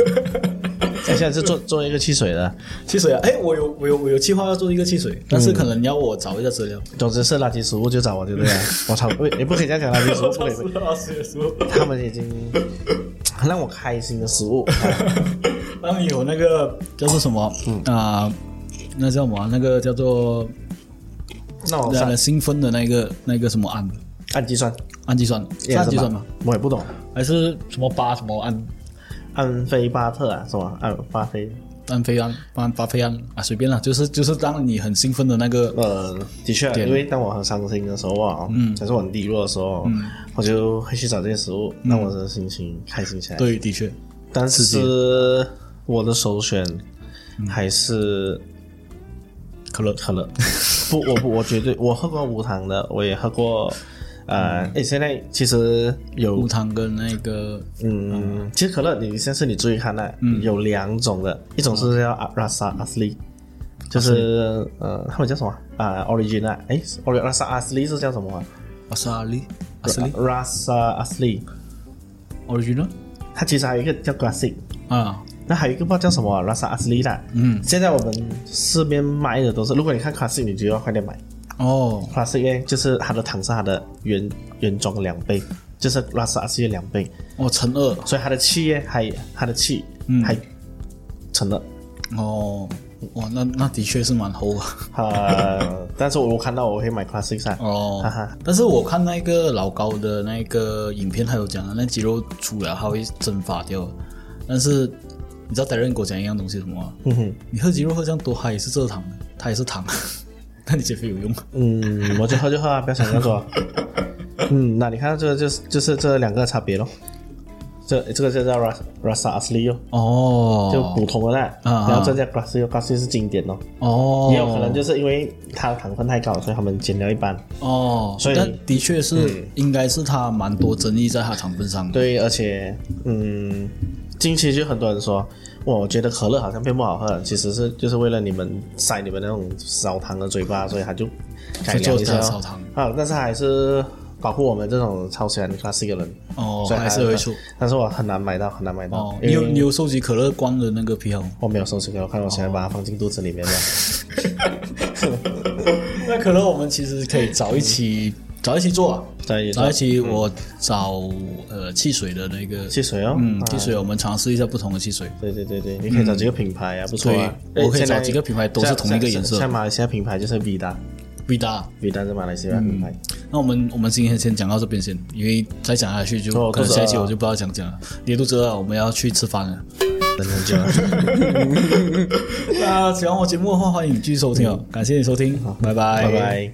[SPEAKER 1] 哎，现在是做做一个汽水的，
[SPEAKER 2] 汽水啊，哎，我有我有我有计划要做一个汽水，但是可能你要我找一下资 料，
[SPEAKER 1] 总之是垃圾食物就找我，对不对？ 我操，不，你不可以这样讲垃圾 食物， 不可以不可以。
[SPEAKER 2] 二十的时候，
[SPEAKER 1] 他们已经让我开心的食物，
[SPEAKER 2] 当你有 那个叫做什么啊、那叫什么啊、那个叫做
[SPEAKER 1] 那我
[SPEAKER 2] 让
[SPEAKER 1] 上
[SPEAKER 2] 人兴奋啊的那个那个什么氨
[SPEAKER 1] 按计算，
[SPEAKER 2] 氨基酸，是氨基酸吗？？
[SPEAKER 1] 我也不懂，
[SPEAKER 2] 还是什么巴什么氨
[SPEAKER 1] 安菲巴特啊，是吗？安巴菲，
[SPEAKER 2] 氨非氨巴巴非氨啊？随便啦，就是就是让你很兴奋的那个
[SPEAKER 1] 呃，的确，
[SPEAKER 2] 点
[SPEAKER 1] 因为当我很伤心的时候啊，嗯，还是我很低落的时候，我就会去找这些食物，让我的心情开心起来。，
[SPEAKER 2] 对，的确，
[SPEAKER 1] 但是我的首选还是
[SPEAKER 2] 可乐
[SPEAKER 1] 可乐。不，我不，我绝对，我喝过无糖的，我也喝过。呃，诶，现在其实有
[SPEAKER 2] 无糖跟那个
[SPEAKER 1] 嗯，其实可乐，你现在是你注意看呢，
[SPEAKER 2] 嗯
[SPEAKER 1] 有两种的，一种是叫阿拉萨阿斯利，就是呃，他们叫什么啊？origin 啊，哎，origin 拉萨阿斯利是叫什么啊
[SPEAKER 2] 阿萨利阿萨利
[SPEAKER 1] 拉萨阿斯利，
[SPEAKER 2] original
[SPEAKER 1] 它其实还有一个叫 classic，
[SPEAKER 2] 啊，
[SPEAKER 1] 那还有一个不知道叫什么拉啊萨阿斯利的。
[SPEAKER 2] 嗯，
[SPEAKER 1] 现在我们市面卖的都是，如果你看 classic，你就要快点买
[SPEAKER 2] 哦，
[SPEAKER 1] classic，呢就是它的糖是它的原原装的两倍，就是拉萨阿斯利的两倍，
[SPEAKER 2] 哦乘二
[SPEAKER 1] 所以它的气耶还它的气
[SPEAKER 2] 嗯
[SPEAKER 1] 还成了。
[SPEAKER 2] 哦，哇，那那的确是蛮齁啊。
[SPEAKER 1] 呃，但是我看到我会买 classic 啊，
[SPEAKER 2] 哦
[SPEAKER 1] 哈哈，
[SPEAKER 2] 但是我看那个老高的那个影片，他有讲啊，那肌肉出来它会蒸发掉的。但是你知道 Darren 给我讲一样东西是什么吗？
[SPEAKER 1] 嗯哼，
[SPEAKER 2] 你喝鸡肉喝这样多，它也是蔗糖的，它也是糖， 那你减肥有用吗？
[SPEAKER 1] 嗯，我就喝就喝啊，不要想那么 多。嗯，那你看这个就是就是这两个差别咯。这这个就叫 ras rasa asli 哦，
[SPEAKER 2] 哦，
[SPEAKER 1] 就普通的那，
[SPEAKER 2] 啊
[SPEAKER 1] 然后这叫 classic classic 是经典哦，
[SPEAKER 2] 哦，
[SPEAKER 1] 也有可能就是因为它的糖分太高了，所以他们减掉一半。
[SPEAKER 2] 哦，
[SPEAKER 1] 所以
[SPEAKER 2] 但的确是、应该是它蛮多争议在它糖分上的。
[SPEAKER 1] 对，而且嗯，近期就很多人说，哇，我觉得可乐好像变不好喝了，其实是就是为了你们塞你们那种少糖的嘴巴，所以他就改良一下
[SPEAKER 2] 就做
[SPEAKER 1] 咯
[SPEAKER 2] 少糖
[SPEAKER 1] 啊，但是还是保护我们这种啊超喜欢 classic 的人，
[SPEAKER 2] 哦，
[SPEAKER 1] 所以
[SPEAKER 2] 还是会出。
[SPEAKER 1] 但是我很难买到，很难买到，
[SPEAKER 2] 哦，你
[SPEAKER 1] 因
[SPEAKER 2] 有
[SPEAKER 1] 为
[SPEAKER 2] 你有收集可乐罐的那个癖好吗？
[SPEAKER 1] 我没有收集过，我看我现在把它放进肚子里面了。
[SPEAKER 2] 那可乐我们其实可以早一期早一期做啊，
[SPEAKER 1] 再一
[SPEAKER 2] 早一期我找呃汽水的那个，
[SPEAKER 1] 汽水哦，
[SPEAKER 2] 嗯，汽水我们尝试一下不同的汽水。
[SPEAKER 1] 对对对对，你可以找几个品牌啊，不错
[SPEAKER 2] 对
[SPEAKER 1] 啊。，
[SPEAKER 2] 我可以
[SPEAKER 1] 现
[SPEAKER 2] 找
[SPEAKER 1] 在
[SPEAKER 2] 几个品牌都是同一个颜
[SPEAKER 1] 像
[SPEAKER 2] 色
[SPEAKER 1] 像。马来西亚品牌就是 Vida，Vida
[SPEAKER 2] 必搭。
[SPEAKER 1] 是马来西亚品牌。
[SPEAKER 2] 那我们我们今天先讲到这边先，因为再讲下去就
[SPEAKER 1] 哦
[SPEAKER 2] 可能
[SPEAKER 1] 肚子饿
[SPEAKER 2] 下一期我就不知道讲讲了。你的肚子饿了，啊我们要去吃饭了。
[SPEAKER 1] 等很久了。
[SPEAKER 2] 那喜啊欢我节目的话，欢迎你继续收听哦，感谢你收听，拜拜，
[SPEAKER 1] 嗯拜拜。